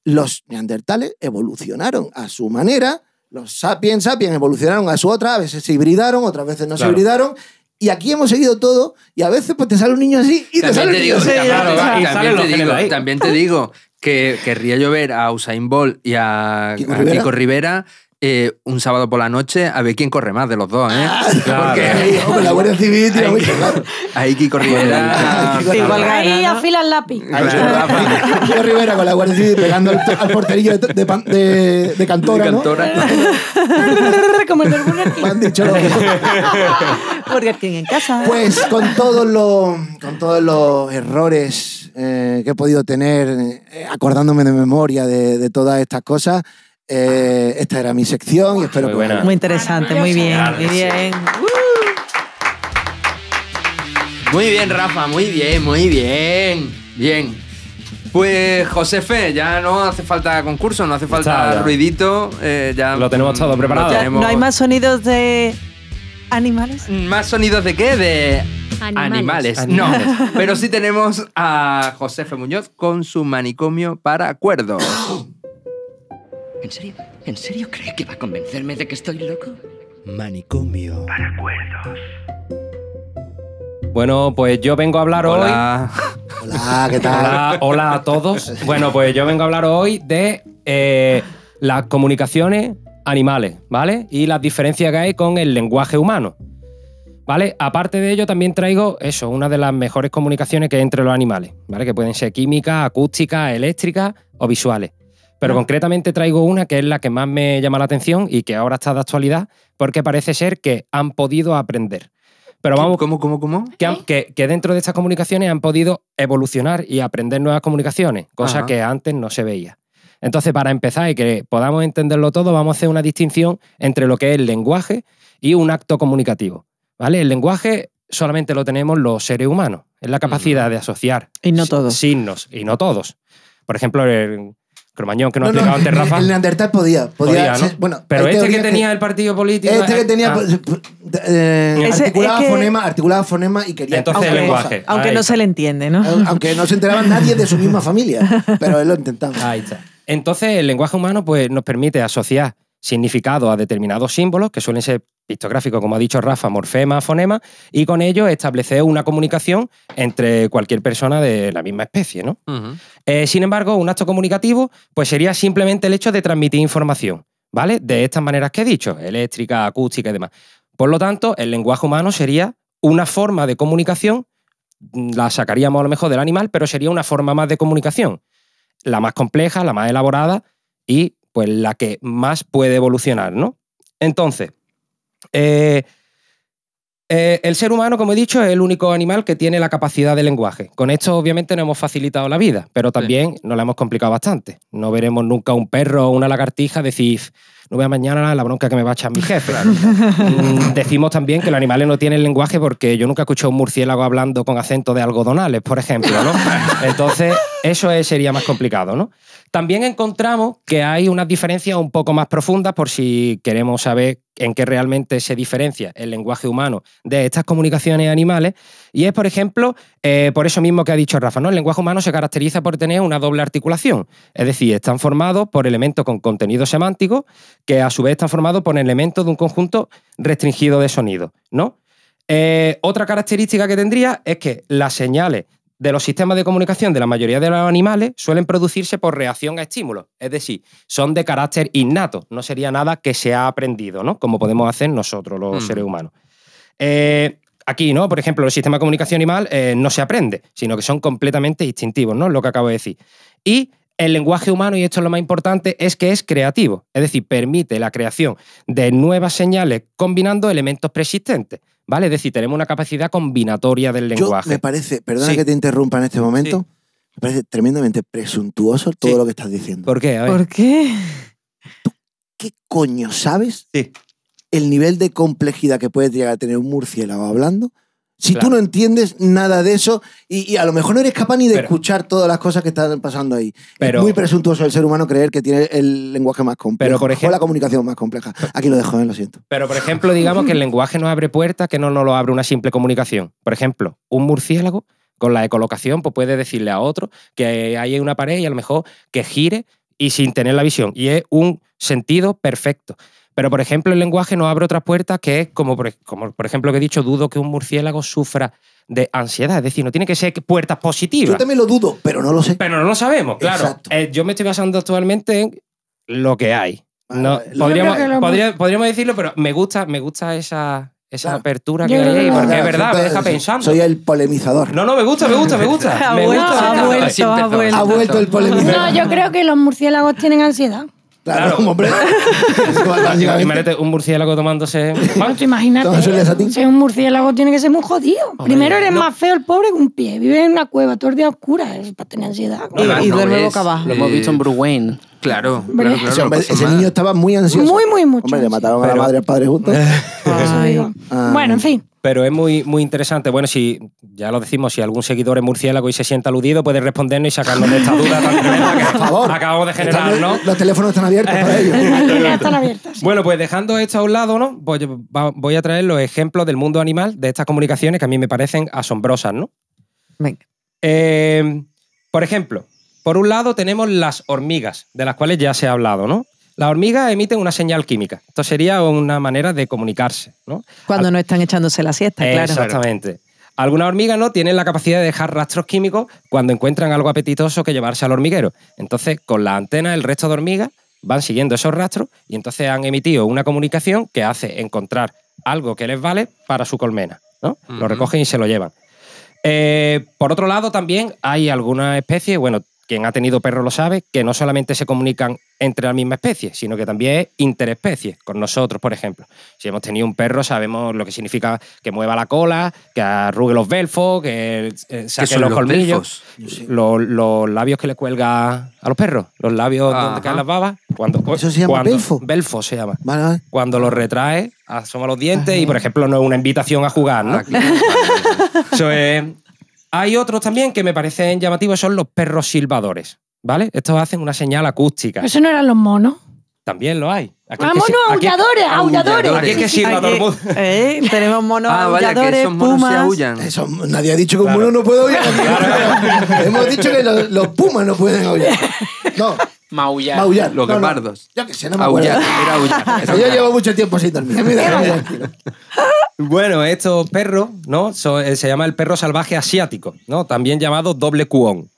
los neandertales evolucionaron a su manera, los sapiens sapiens evolucionaron a su otra, a veces se hibridaron, otras veces no se Claro. hibridaron. Y aquí hemos seguido todo, y a veces pues te sale un niño así y te También sale te un niño digo, así. también te- claro, va, y salen también los te digo, genes de ahí. también te digo que querría yo ver a Usain Bolt y a a Kiko Kiko Rivera. Rivera, eh, un sábado por la noche a ver quién corre más de los dos, ¿eh? claro. Porque Sí, hombre, la Guardia Civil tira mucho, claro. ahí Kiko Rivera... Kiko Rivera. Igual- Ahí Claro, ¿no? afila el lápiz. Claro. Kiko Rivera con la Guardia Civil pegando al, al porterillo de, de pan- de- de cantora, de ¿no? cantora. [laughs] Como el del Burger King. Me han dicho lo Burger King en casa. Pues con todos los, con todos los errores eh, que he podido tener, eh, acordándome de memoria de, de todas estas cosas, eh, esta era mi sección y espero Muy que... buena. muy interesante, muy bien, muy bien. Muy bien, Rafa, muy bien, muy bien. Bien. Pues Josefe, ya no hace falta concurso, no hace falta Está, ya. ruidito. eh, ya, Lo tenemos todo mm, preparado. lo Ya, tenemos. ¿No hay más sonidos de animales? ¿Más sonidos de qué? De Animales. No, pero sí tenemos a Josefa Muñoz con su manicomio para acuerdos. ¿En serio? ¿En serio cree que va a convencerme de que estoy loco? Manicomio. Bueno, pues yo vengo a hablar hoy. Hola. Hola, ¿qué tal? Hola, hola a todos. Bueno, pues yo vengo a hablar hoy de eh, las comunicaciones animales, ¿vale? Y las diferencias que hay con el lenguaje humano. ¿Vale? Aparte de ello, también traigo eso, una de las mejores comunicaciones que hay entre los animales, ¿vale? Que pueden ser químicas, acústicas, eléctricas o visuales. Pero concretamente traigo una que es la que más me llama la atención y que ahora está de actualidad porque parece ser que han podido aprender. Pero vamos, ¿Cómo, cómo, cómo? que, han- que- que dentro de estas comunicaciones han podido evolucionar y aprender nuevas comunicaciones, cosa Ajá. que antes no se veía. Entonces, para empezar y que podamos entenderlo todo, vamos a hacer una distinción entre lo que es el lenguaje y un acto comunicativo. ¿vale? El lenguaje solamente lo tenemos los seres humanos, es la capacidad de asociar Y no si- todos. signos, y no todos. Por ejemplo, el cromañón que nos No, ha no, [laughs] explicado antes Rafa, El Neandertal podía. podía, podía, ¿no? ser- bueno, pero hay este que teorías tenía el partido político... Este que eh, tenía. ah, eh, Ese- articulaba, es que- fonema, articulaba fonema y quería. Entonces, Aunque- el lenguaje. Aunque Ahí no está. se le entiende, ¿no? Eh, Aunque no se enteraba nadie de su misma familia. Pero él lo intentaba. Ahí está. Entonces, el lenguaje humano pues, nos permite asociar significado a determinados símbolos, que suelen ser pictográficos, como ha dicho Rafa, morfema, fonema, y con ello establecer una comunicación entre cualquier persona de la misma especie, ¿no? Ujú. Eh, sin embargo, un acto comunicativo pues sería simplemente el hecho de transmitir información, ¿vale? De estas maneras que he dicho, eléctrica, acústica y demás. Por lo tanto, el lenguaje humano sería una forma de comunicación, mm, la sacaríamos a lo mejor del animal, pero sería una forma más de comunicación, la más compleja, la más elaborada y pues la que más puede evolucionar, ¿no? Entonces, eh, eh, el ser humano, como he dicho, es el único animal que tiene la capacidad de lenguaje. Con esto, obviamente, nos hemos facilitado la vida, pero también nos la hemos complicado bastante. No veremos nunca un perro o una lagartija decir, no vea mañana la bronca que me va a echar mi jefe. Mm, Decimos también que los animales no tienen lenguaje porque yo nunca he escuchado a un murciélago hablando con acento de algodonales, por ejemplo, ¿no? Entonces, eso es- sería más complicado, ¿no? También encontramos que hay unas diferencias un poco más profundas por si queremos saber en qué realmente se diferencia el lenguaje humano de estas comunicaciones animales. Y es, por ejemplo, eh, por eso mismo que ha dicho Rafa, ¿no? El lenguaje humano se caracteriza por tener una doble articulación. Es decir, están formados por elementos con contenido semántico que a su vez están formados por elementos de un conjunto restringido de sonidos, ¿no? Eh, otra característica que tendría es que las señales de los sistemas de comunicación de la mayoría de los animales suelen producirse por reacción a estímulos, es decir, son de carácter innato, no sería nada que se ha aprendido, ¿no? Como podemos hacer nosotros los Mm. seres humanos. Eh, aquí, ¿no? Por ejemplo, el sistema de comunicación animal eh, no se aprende, sino que son completamente instintivos, ¿no? Lo que acabo de decir. Y el lenguaje humano, y esto es lo más importante, es que es creativo, es decir, permite la creación de nuevas señales combinando elementos preexistentes, ¿vale? Es decir, tenemos una capacidad combinatoria del Yo lenguaje. me parece, perdona Sí. que te interrumpa en este momento, me parece tremendamente presuntuoso todo Sí. lo que estás diciendo. ¿Por qué? A ver. ¿Por qué? ¿Qué coño sabes Sí. el nivel de complejidad que puede llegar a tener un murciélago hablando? Si Claro. tú no entiendes nada de eso y, y a lo mejor no eres capaz ni de Pero- escuchar todas las cosas que están pasando ahí. Pero- es muy presuntuoso el ser humano creer que tiene el lenguaje más complejo Pero, por o ejemplo- la comunicación más compleja. Aquí lo dejo, ¿eh? lo siento. Pero, por ejemplo, digamos que el lenguaje nos abre puertas que no nos lo abre una simple comunicación. Por ejemplo, un murciélago con la ecolocación pues puede decirle a otro que hay una pared y a lo mejor que gire y sin tener la visión. Y es un sentido perfecto. Pero, por ejemplo, el lenguaje nos abre otras puertas que es, como por, como por ejemplo que he dicho, dudo que un murciélago sufra de ansiedad. Es decir, no tiene que ser que puertas Yo positivas. también lo dudo, pero no lo sé. Pero no lo sabemos, claro. Exacto. Eh, yo me estoy basando actualmente en lo que hay. Vale, No, vale. podríamos, Yo creo que lo podría- podríamos decirlo, pero me gusta, me gusta esa, esa Claro. apertura que Yo creo que hay, ahí, no. eh, porque es Claro, verdad, me siento- deja pensando. Soy el polemizador. No, no, me gusta, me gusta, me [laughs] gusta. Ha Ah, Ah, me vuelto, gusta. ha vuelto, [laughs] Así ha empezó, vuelto. Ha así vuelto el empezó. polemizador. [laughs] No, yo creo que los murciélagos tienen ansiedad. Claro, [laughs] Claro. hombre. Básicamente. Imagínate un murciélago tomándose. No te imaginas. Entonces, ¿le satín? Pues Si es un murciélago tiene que ser muy jodido. Primero eres no. más feo el pobre que un pie. Vive en una cueva todo el día oscura. Es para tener ansiedad. Y- no, y no duerme es. eh, boca abajo. Lo hemos visto en Bruce Wayne. Claro, Hombre. claro, claro, ese no hombre- pasa ese nada. niño estaba muy ansioso. Muy, muy mucho. Hombre, le mataron a la Pero- Eh. madre y al padre juntos. Por eso Ay. digo. Ah. Bueno, en fin. Pero es muy, muy interesante. Bueno, si ya lo decimos, si algún seguidor es murciélago y se sienta aludido, puede respondernos y sacarnos de esta duda tan tremenda que Por favor. acabamos de generar, Están- ¿no? Eh. Los teléfonos están abiertos para Ah, ellos. Las líneas están abiertas. Bueno, pues dejando esto a un lado, ¿no? Voy, va- voy a traer los ejemplos del mundo animal de estas comunicaciones que a mí me parecen asombrosas, ¿no? Venga. Eh, por ejemplo, por un lado tenemos las hormigas, de las cuales ya se ha hablado, ¿no? Las hormigas emiten una señal química. Esto sería una manera de comunicarse, ¿no? Ah. Cuando no están echándose la siesta, claro. Exactamente. Algunas hormigas no tienen la capacidad de dejar rastros químicos cuando encuentran algo apetitoso que llevarse al hormiguero. Entonces, con la antena, el resto de hormigas van siguiendo esos rastros y entonces han emitido una comunicación que hace encontrar algo que les vale para su colmena. ¿no? Lo Ujú. recogen y se lo llevan. Eh, por otro lado, también hay algunas especies, bueno, quien ha tenido perro lo sabe, que no solamente se comunican entre la misma especie, sino que también es interespecie, con nosotros, por ejemplo. Si hemos tenido un perro, sabemos lo que significa que mueva la cola, que arrugue los belfos, que eh, ¿Qué saque son los, los colmillos. delfos? Los, los labios que le cuelga a los perros, los labios donde Ajá. caen las babas. Cuando, ¿Eso se llama cuando- belfo? Belfo se llama. Vale, vale. Cuando los retrae, asoma los dientes y, por ejemplo, no es una invitación a jugar, ¿no? Ah, claro, [laughs] vale, vale. Eso es. Hay otros también que me parecen llamativos, son los perros silbadores. ¿Vale? Estos hacen una señal acústica. Pero eso no eran los monos. También lo hay. Aquí es que Pues ¡Vámonos, se- aquí- aulladores, aulladores! aulladores. Aquí es que silba todo el mundo. Aquí, [laughs] eh, tenemos monos Ah, vaya, que aulladores, esos monos se pumas. aullan. Eso, nadie ha dicho que un mono no puede oír. [laughs] Hemos dicho que los, los pumas no pueden oír. No, Maullar. maullar. Los no, no. guepardos. Yo que sé, no me acuerdo. Aullar, era aullar. Eso, [laughs] Yo llevo mucho tiempo sin dormir. Mira, tranquilo. Bueno, estos perros, ¿no? So- eh, se llama el perro salvaje asiático, ¿no? También llamado doble cuón.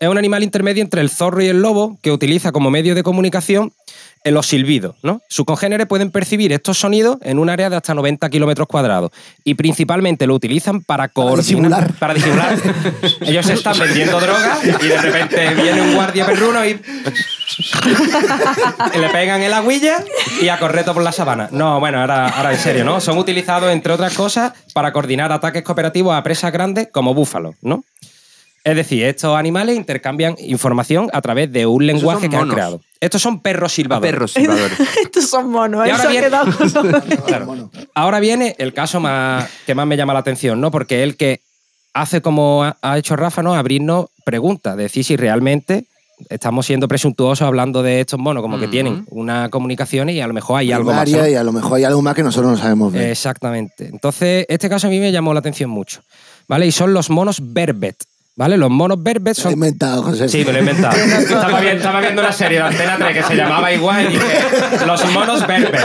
Es un animal intermedio entre el zorro y el lobo que utiliza como medio de comunicación eh, los silbidos, ¿no? Sus congéneres pueden percibir estos sonidos en un área de hasta 90 kilómetros cuadrados y principalmente lo utilizan para coordinar. disimular. Para disimular. Ellos están vendiendo drogas y de repente viene un guardia perruno y le pegan el agüilla y a correto por la sabana. No, bueno, ahora, ahora en serio, ¿no? Son utilizados, entre otras cosas, para coordinar ataques cooperativos a presas grandes como búfalos, ¿no? Es decir, estos animales intercambian información a través de un lenguaje son que han monos. Ah, creado. Estos son perros silbadores. Perros [laughs] silbadores. [laughs] Estos son monos, Y eso ahora ha viene- quedado. Claro. Ahora viene el caso más, que más me llama la atención, ¿no? Porque el que hace como ha- ha hecho Rafa, ¿no? Abrirnos preguntas, decir si realmente estamos siendo presuntuosos hablando de estos monos, como que Ujú. tienen una comunicación y a lo mejor hay algo más. Primaria, ¿no? Eh, Y a lo mejor hay algo más que nosotros no sabemos ¿eh? ver. Exactamente. Entonces, este caso a mí me llamó la atención mucho, ¿vale? Y son los monos verbet, ¿vale? Los monos verbet Lo he son inventado, José. Sí, me lo he inventado. estaba, vi- estaba viendo una serie de Antena 3 que se llamaba igual y dije, Los monos verdes.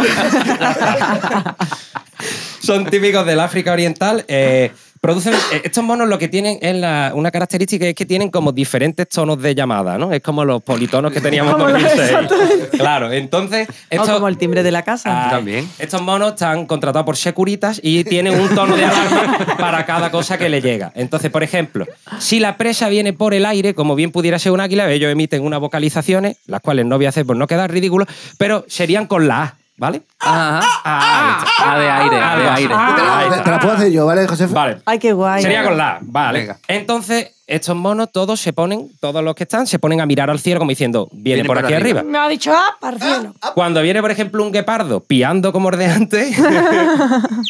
Son típicos del África Oriental. eh, producen, eh, estos monos lo que tienen es la- una característica es que tienen como diferentes tonos de llamada, ¿no? Es como los politonos que teníamos en Como los- 2006. Claro, entonces... O estos- Ah, como el timbre de la casa. Ay, También. Estos monos están contratados por Securitas y tienen un tono de [laughs] alarma para cada cosa que le llega. Entonces, por ejemplo, si la presa viene por el aire, como bien pudiera ser un águila, ellos emiten unas vocalizaciones, las cuales no voy a hacer por no quedar ridículo, pero serían con la A, ¿vale? Ajá. Ah, Ah, de aire, de aire. Te la- te- te la puedo hacer yo, ¿vale, José? Vale. Ay, qué guay. Sería con la A, vale. Venga. Entonces, estos monos todos se ponen, todos los que están, se ponen a mirar al cielo como diciendo, viene, por, aquí arriba. Me ha dicho, ah, parcielo. Cuando viene, por ejemplo, un guepardo piando como ordeante,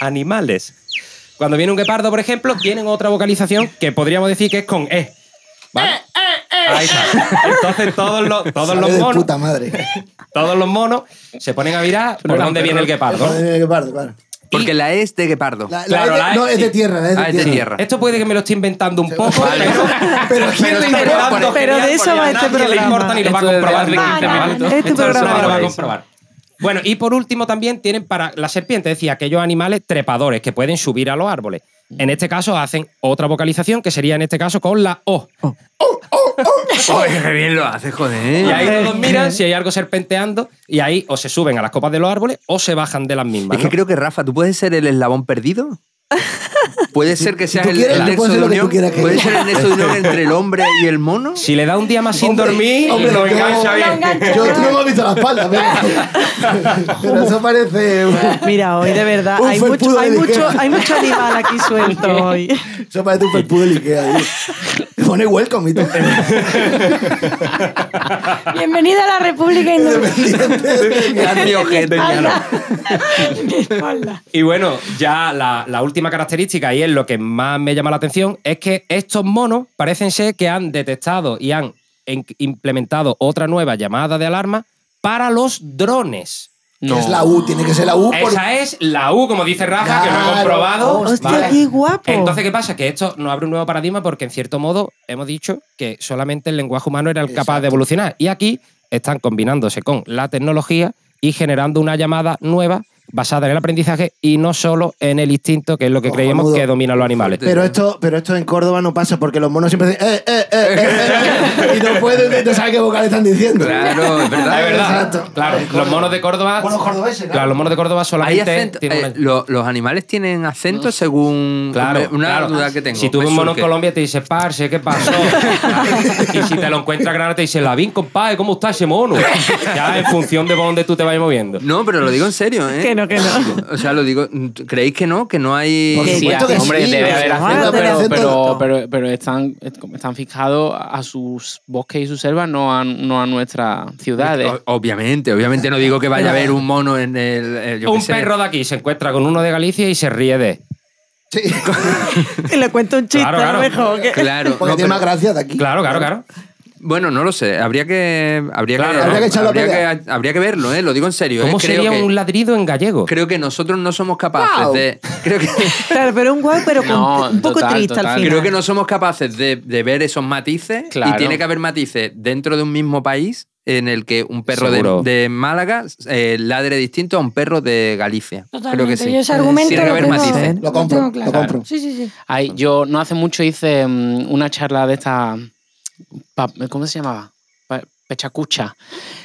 animales. Cuando viene un guepardo, por ejemplo, tienen otra vocalización que podríamos decir que es con E. ¿vale? Ahí está. Entonces todos los, todos Sale los de monos, puta madre. todos los monos se ponen a mirar por dónde viene el guepardo. Madre mía, qué pardo, claro. Porque la E es de guepardo. ah. La- la Claro, es de- la- no, es de sí. tierra, la es de Ah, es de tierra. tierra. Esto puede que me lo esté inventando un poco, Vale. [laughs] pero, Pero ¿a quién le está importa? Pero quedando de genial eso porque va a este nadie le programa. importa ni lo va a Esto es de comprobar. en Adri 15 Vale, minutos. este Esto programa nadie lo va a lo comprobar. Bueno, y por último también tienen para la serpiente, es decir, aquellos animales trepadores que pueden subir a los árboles. En este caso hacen otra vocalización que sería en este caso con la O. Oh. Oye, qué bien lo hace, joder. Y ahí todos miran si hay algo serpenteando y ahí o se suben a las copas de los árboles o se bajan de las mismas. Es que ¿no? creo que Rafa, tú puedes ser el eslabón perdido. Puede ser que seas tú el, quieres, el tú nexo puedes de ser lo que tú unión. quieras que Puede sea. ser el nexo de [laughs] unión entre el hombre y el mono. Si le da un día más sin Hombre, dormir, hombre, lo yo- engancha Lo bien. engancha. Yo tú no me has visto la espalda, [laughs] pero, pero eso parece, Mira, hoy de verdad Un hay felpudo mucho, de hay, mucho, ligera. hay mucho animal aquí suelto hoy. eso parece un felpudo del Ikea. tío. pone welcome y [laughs] todo. Bienvenida a [laughs] la República Independiente. Grande ojete, claro. Mi espalda. Y bueno, ya la, la última característica, y es lo que más me llama la atención, es que estos monos parecen ser que han detectado y han en- implementado otra nueva llamada de alarma para los drones. Es la U, tiene que ser la U. Uh, por- Esa es la U, como dice Rafa, que lo he Claro, comprobado. Hostia, Oh, ¿vale? qué guapo. Entonces, ¿qué pasa? Que esto nos abre un nuevo paradigma porque, en cierto modo, hemos dicho que solamente el lenguaje humano era el capaz de evolucionar. Y aquí están combinándose con la tecnología y generando una llamada nueva basada en el aprendizaje y no solo en el instinto, que es lo que creíamos Cojonudo. que dominan los animales. Pero esto, pero esto en Córdoba no pasa porque los monos siempre dicen eh, eh, eh, eh, eh", [laughs] y no pueden, no saben qué vocales están diciendo. Claro, es Ah, verdad. es verdad. Exacto. Claro, En Córdoba. los monos de Córdoba. Monos cordobeses, claro. Claro, los monos de Córdoba Hay solamente acento- tienen eh, una- lo- los animales tienen acento según Claro, una claro. duda que tengo. Si tú Me ves un mono en surge. Colombia te dice, parce, ¿qué [laughs] pasó? y si te lo encuentras Granada te dice, Lavín, compadre, ¿cómo está ese mono? ya en función de por dónde tú te vayas moviendo. No, pero lo digo en serio, ¿eh? Que no, que no. O sea, lo digo. ¿Creéis que no? Que no hay. Por Sí, supuesto que hombre, sí, debe o sea, haber vamos a acento, tener pero, acento de pero, todo. pero, pero están, están fijados a sus bosques y sus selvas, no a, no a nuestras ciudades. O- Obviamente, obviamente no digo que vaya a haber un mono en el. eh, yo qué un sé. perro de aquí se encuentra con uno de Galicia y se ríe de. [laughs] Sí, Y le cuento un chiste Claro, a claro. lo mejor. [laughs] que- Claro. porque no, tiene pero- más gracia de aquí. [laughs] Claro, claro, claro. bueno, no lo sé. Habría que. Habría Claro, que, habría que echarlo a habría pelear. que- habría que verlo, ¿eh? Lo digo en serio. ¿Cómo ¿eh? Creo sería que- un ladrido en gallego? Creo que nosotros no somos capaces Wow. de. Creo que. Claro, pero un guay, pero con- No, un poco total, triste total. al final. Creo que no somos capaces de, de ver esos matices Claro. y tiene que haber matices dentro de un mismo país en el que un perro de, Seguro. de Málaga eh, ladre distinto a un perro de Galicia. Creo que Totalmente. sí. Yo ese argumento Tiene que lo haber tengo- matices. Lo compro, tengo lo compro. Sí, sí, sí. Ay, yo no hace mucho hice mm, una charla de esta. pa- ¿Cómo se llamaba? Pa- Pechacucha.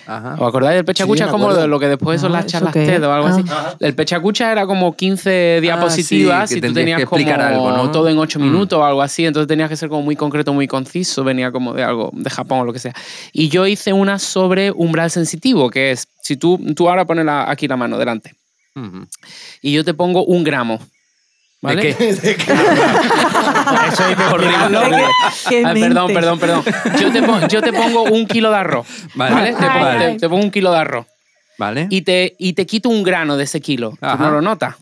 Ah. Ajá. ¿Os acordáis del Pechacucha? me como acuerdo. de lo que después son No, las ¿eso charlas qué? TED o algo Ah. así. El Pechacucha era como 15 diapositivas Ah, sí, que y tú tendrías tenías que explicar como algo, ¿no? todo en 8 Mm. minutos o algo así. Entonces tenías que ser como muy concreto, muy conciso. Venía como de algo de Japón o lo que sea. Y yo hice una sobre umbral sensitivo, que es si tú, tú ahora pones la- aquí la mano delante Ujú. y yo te pongo un gramo. ¿Vale? [laughs] ¿De qué? Eso hay que explicarlo. Qué Ay, Ah, perdón, mentes. perdón, perdón. Yo te, pon- yo te pongo un kilo de arroz. Vale. ¿Vale? Te, pon- Ay, te- ay. te pongo un kilo de arroz. Vale. Y te, y te quito un grano de ese kilo. Tú Ajá. no lo notas.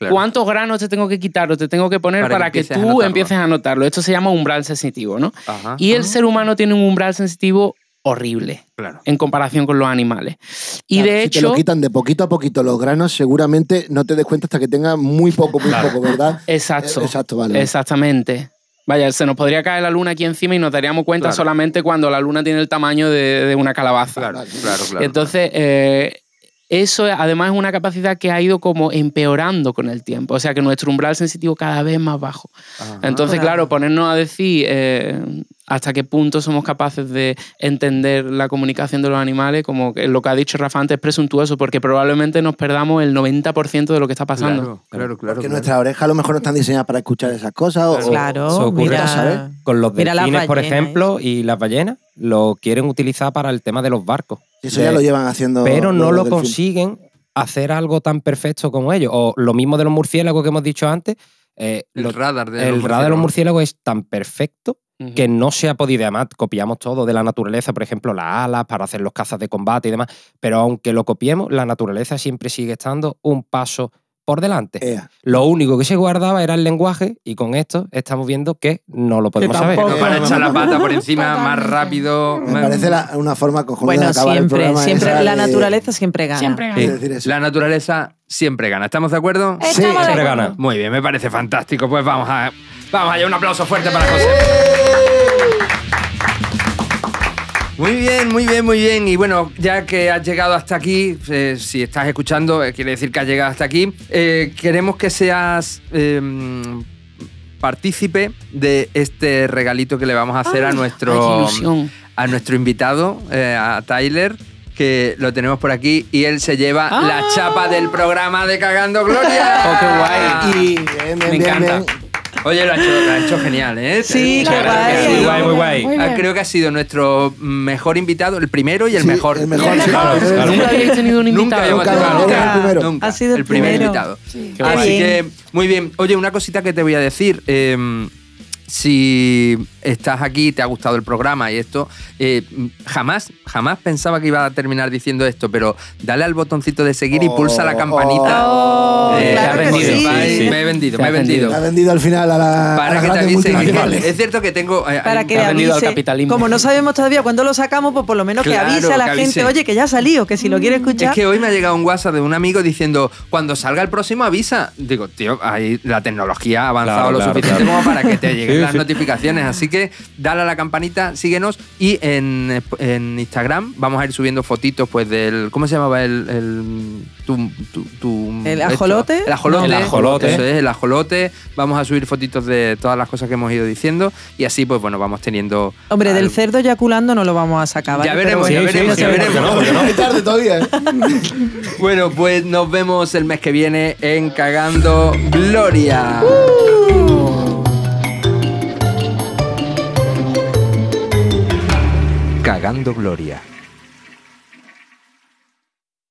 Claro. ¿Cuántos granos te tengo que quitar o te tengo que poner Para que para, que, empieces a tú notarlo. empieces a notarlo? Esto se llama umbral sensitivo, ¿no? Ajá. Y el ser humano tiene un umbral sensitivo horrible Claro. en comparación con los animales. Y Claro, de si hecho... te lo quitan de poquito a poquito los granos, seguramente no te des cuenta hasta que tengas muy poco, muy poco, ¿verdad? Exacto. Eh, exacto, vale. Exactamente. Vaya, se nos podría caer la luna aquí encima y nos daríamos cuenta Claro. solamente cuando la luna tiene el tamaño de, de una calabaza. Claro, claro, claro. Entonces, eh, eso además es una capacidad que ha ido como empeorando con el tiempo. O sea que nuestro umbral sensitivo cada vez más bajo. Ajá. Entonces, claro, ponernos a decir eh, hasta qué punto somos capaces de entender la comunicación de los animales, como que lo que ha dicho Rafa antes es presuntuoso, porque probablemente nos perdamos el 90% de lo que está pasando. Claro, claro, claro. Porque claro. nuestras orejas a lo mejor no están diseñadas para escuchar esas cosas. o- Eso Claro, ocurre, ya sabes, mira. Con los Mira las delfines, por ballenas. ¿eh? ejemplo, y las ballenas, lo quieren utilizar para el tema de los barcos. Eso ya lo llevan haciendo. pero no los lo delfines. consiguen hacer algo tan perfecto como ellos. O lo mismo de los murciélagos que hemos dicho antes. eh, El lo- radar de el los radar de los murciélagos. murciélagos es tan perfecto Ujú. que no se ha podido. Además, copiamos todo de la naturaleza, por ejemplo, las alas para hacer los cazas de combate y demás. Pero aunque lo copiemos, la naturaleza siempre sigue estando un paso por delante. Ea. Lo único que se guardaba era el lenguaje y con esto estamos viendo que no lo podemos saber. No, para echar la pata por encima más Totalmente. rápido. Me parece la- una forma cojonuda de Bueno, acabar el siempre, programa. ¿eh? esa siempre la de- naturaleza siempre gana. Siempre Sí. gana. Es decir, eso. La naturaleza siempre gana. ¿Estamos de acuerdo? Estamos Sí, de siempre acuerdo. gana. Muy bien, me parece fantástico. Pues vamos a. Vamos allá, un aplauso fuerte para José. Muy bien, muy bien, muy bien. Y bueno, ya que has llegado hasta aquí, eh, si estás escuchando, eh, quiere decir que has llegado hasta aquí, eh, queremos que seas eh, partícipe de este regalito que le vamos a hacer a Ay, qué nuestro ilusión. a nuestro invitado, eh, a Tyler, que lo tenemos por aquí y él se lleva ¡Ah! la chapa del programa de Cagando Gloria. Oh, qué guay. Y bien, bien, Me bien, encanta. bien. Oye, lo ha hecho, lo ha hecho genial, ¿eh? Sí, Muchas qué gracias. guay. Ha sido- Muy guay, muy guay. Muy bien. Creo que ha sido nuestro mejor invitado, el primero y el Sí, mejor. El mejor, El sí, mejor. claro, Nunca sí. habéis tenido un Nunca invitado. habíamos Nunca, tenido- nunca, nunca, el primero. nunca. Ha sido el primer primero. invitado. Qué Así guay. que, muy bien. Oye, una cosita que te voy a decir. eh, si estás aquí, te ha gustado el programa y esto, eh, jamás, jamás pensaba que iba a terminar diciendo esto, pero dale al botoncito de seguir y pulsa la Oh, campanita. Oh, Eh, claro me, que he vendido, sí. sí, sí. me he vendido, Te me he has vendido. La ha vendido al final a la, a Para las que te grandes avise. multinacionales. [laughs] Es cierto que tengo. eh, Para que Ha avise. vendido al capitalismo. Como no sabemos todavía cuándo lo sacamos, pues por lo menos Claro, que avise a la que gente, avise. Mm. oye, que ya ha salido, que si lo quiere escuchar. Es que hoy me ha llegado un WhatsApp de un amigo diciendo, cuando salga el próximo avisa. Digo, tío, ahí la tecnología ha avanzado Claro, lo claro, suficiente claro. como para que te lleguen Sí, las sí. notificaciones. Así que dale a la campanita, síguenos y en, en Instagram vamos a ir subiendo fotitos pues del... ¿Cómo se llamaba el... el tu- tu- tu- ¿El ajolote? El ajolote. El ajolote. Eso es, el ajolote. Vamos a subir fotitos de todas las cosas que hemos ido diciendo y así pues bueno, vamos teniendo... Hombre, del al- cerdo yaculando no lo vamos a sacar. ¿vale? Ya Pero veremos, bueno. ya Sí, sí, veremos, sí, ya ¿por qué veremos. no? ¿por qué Es tarde todavía. ¿eh? Bueno, pues nos vemos el mes que viene en Cagando Gloria. Cagando Gloria.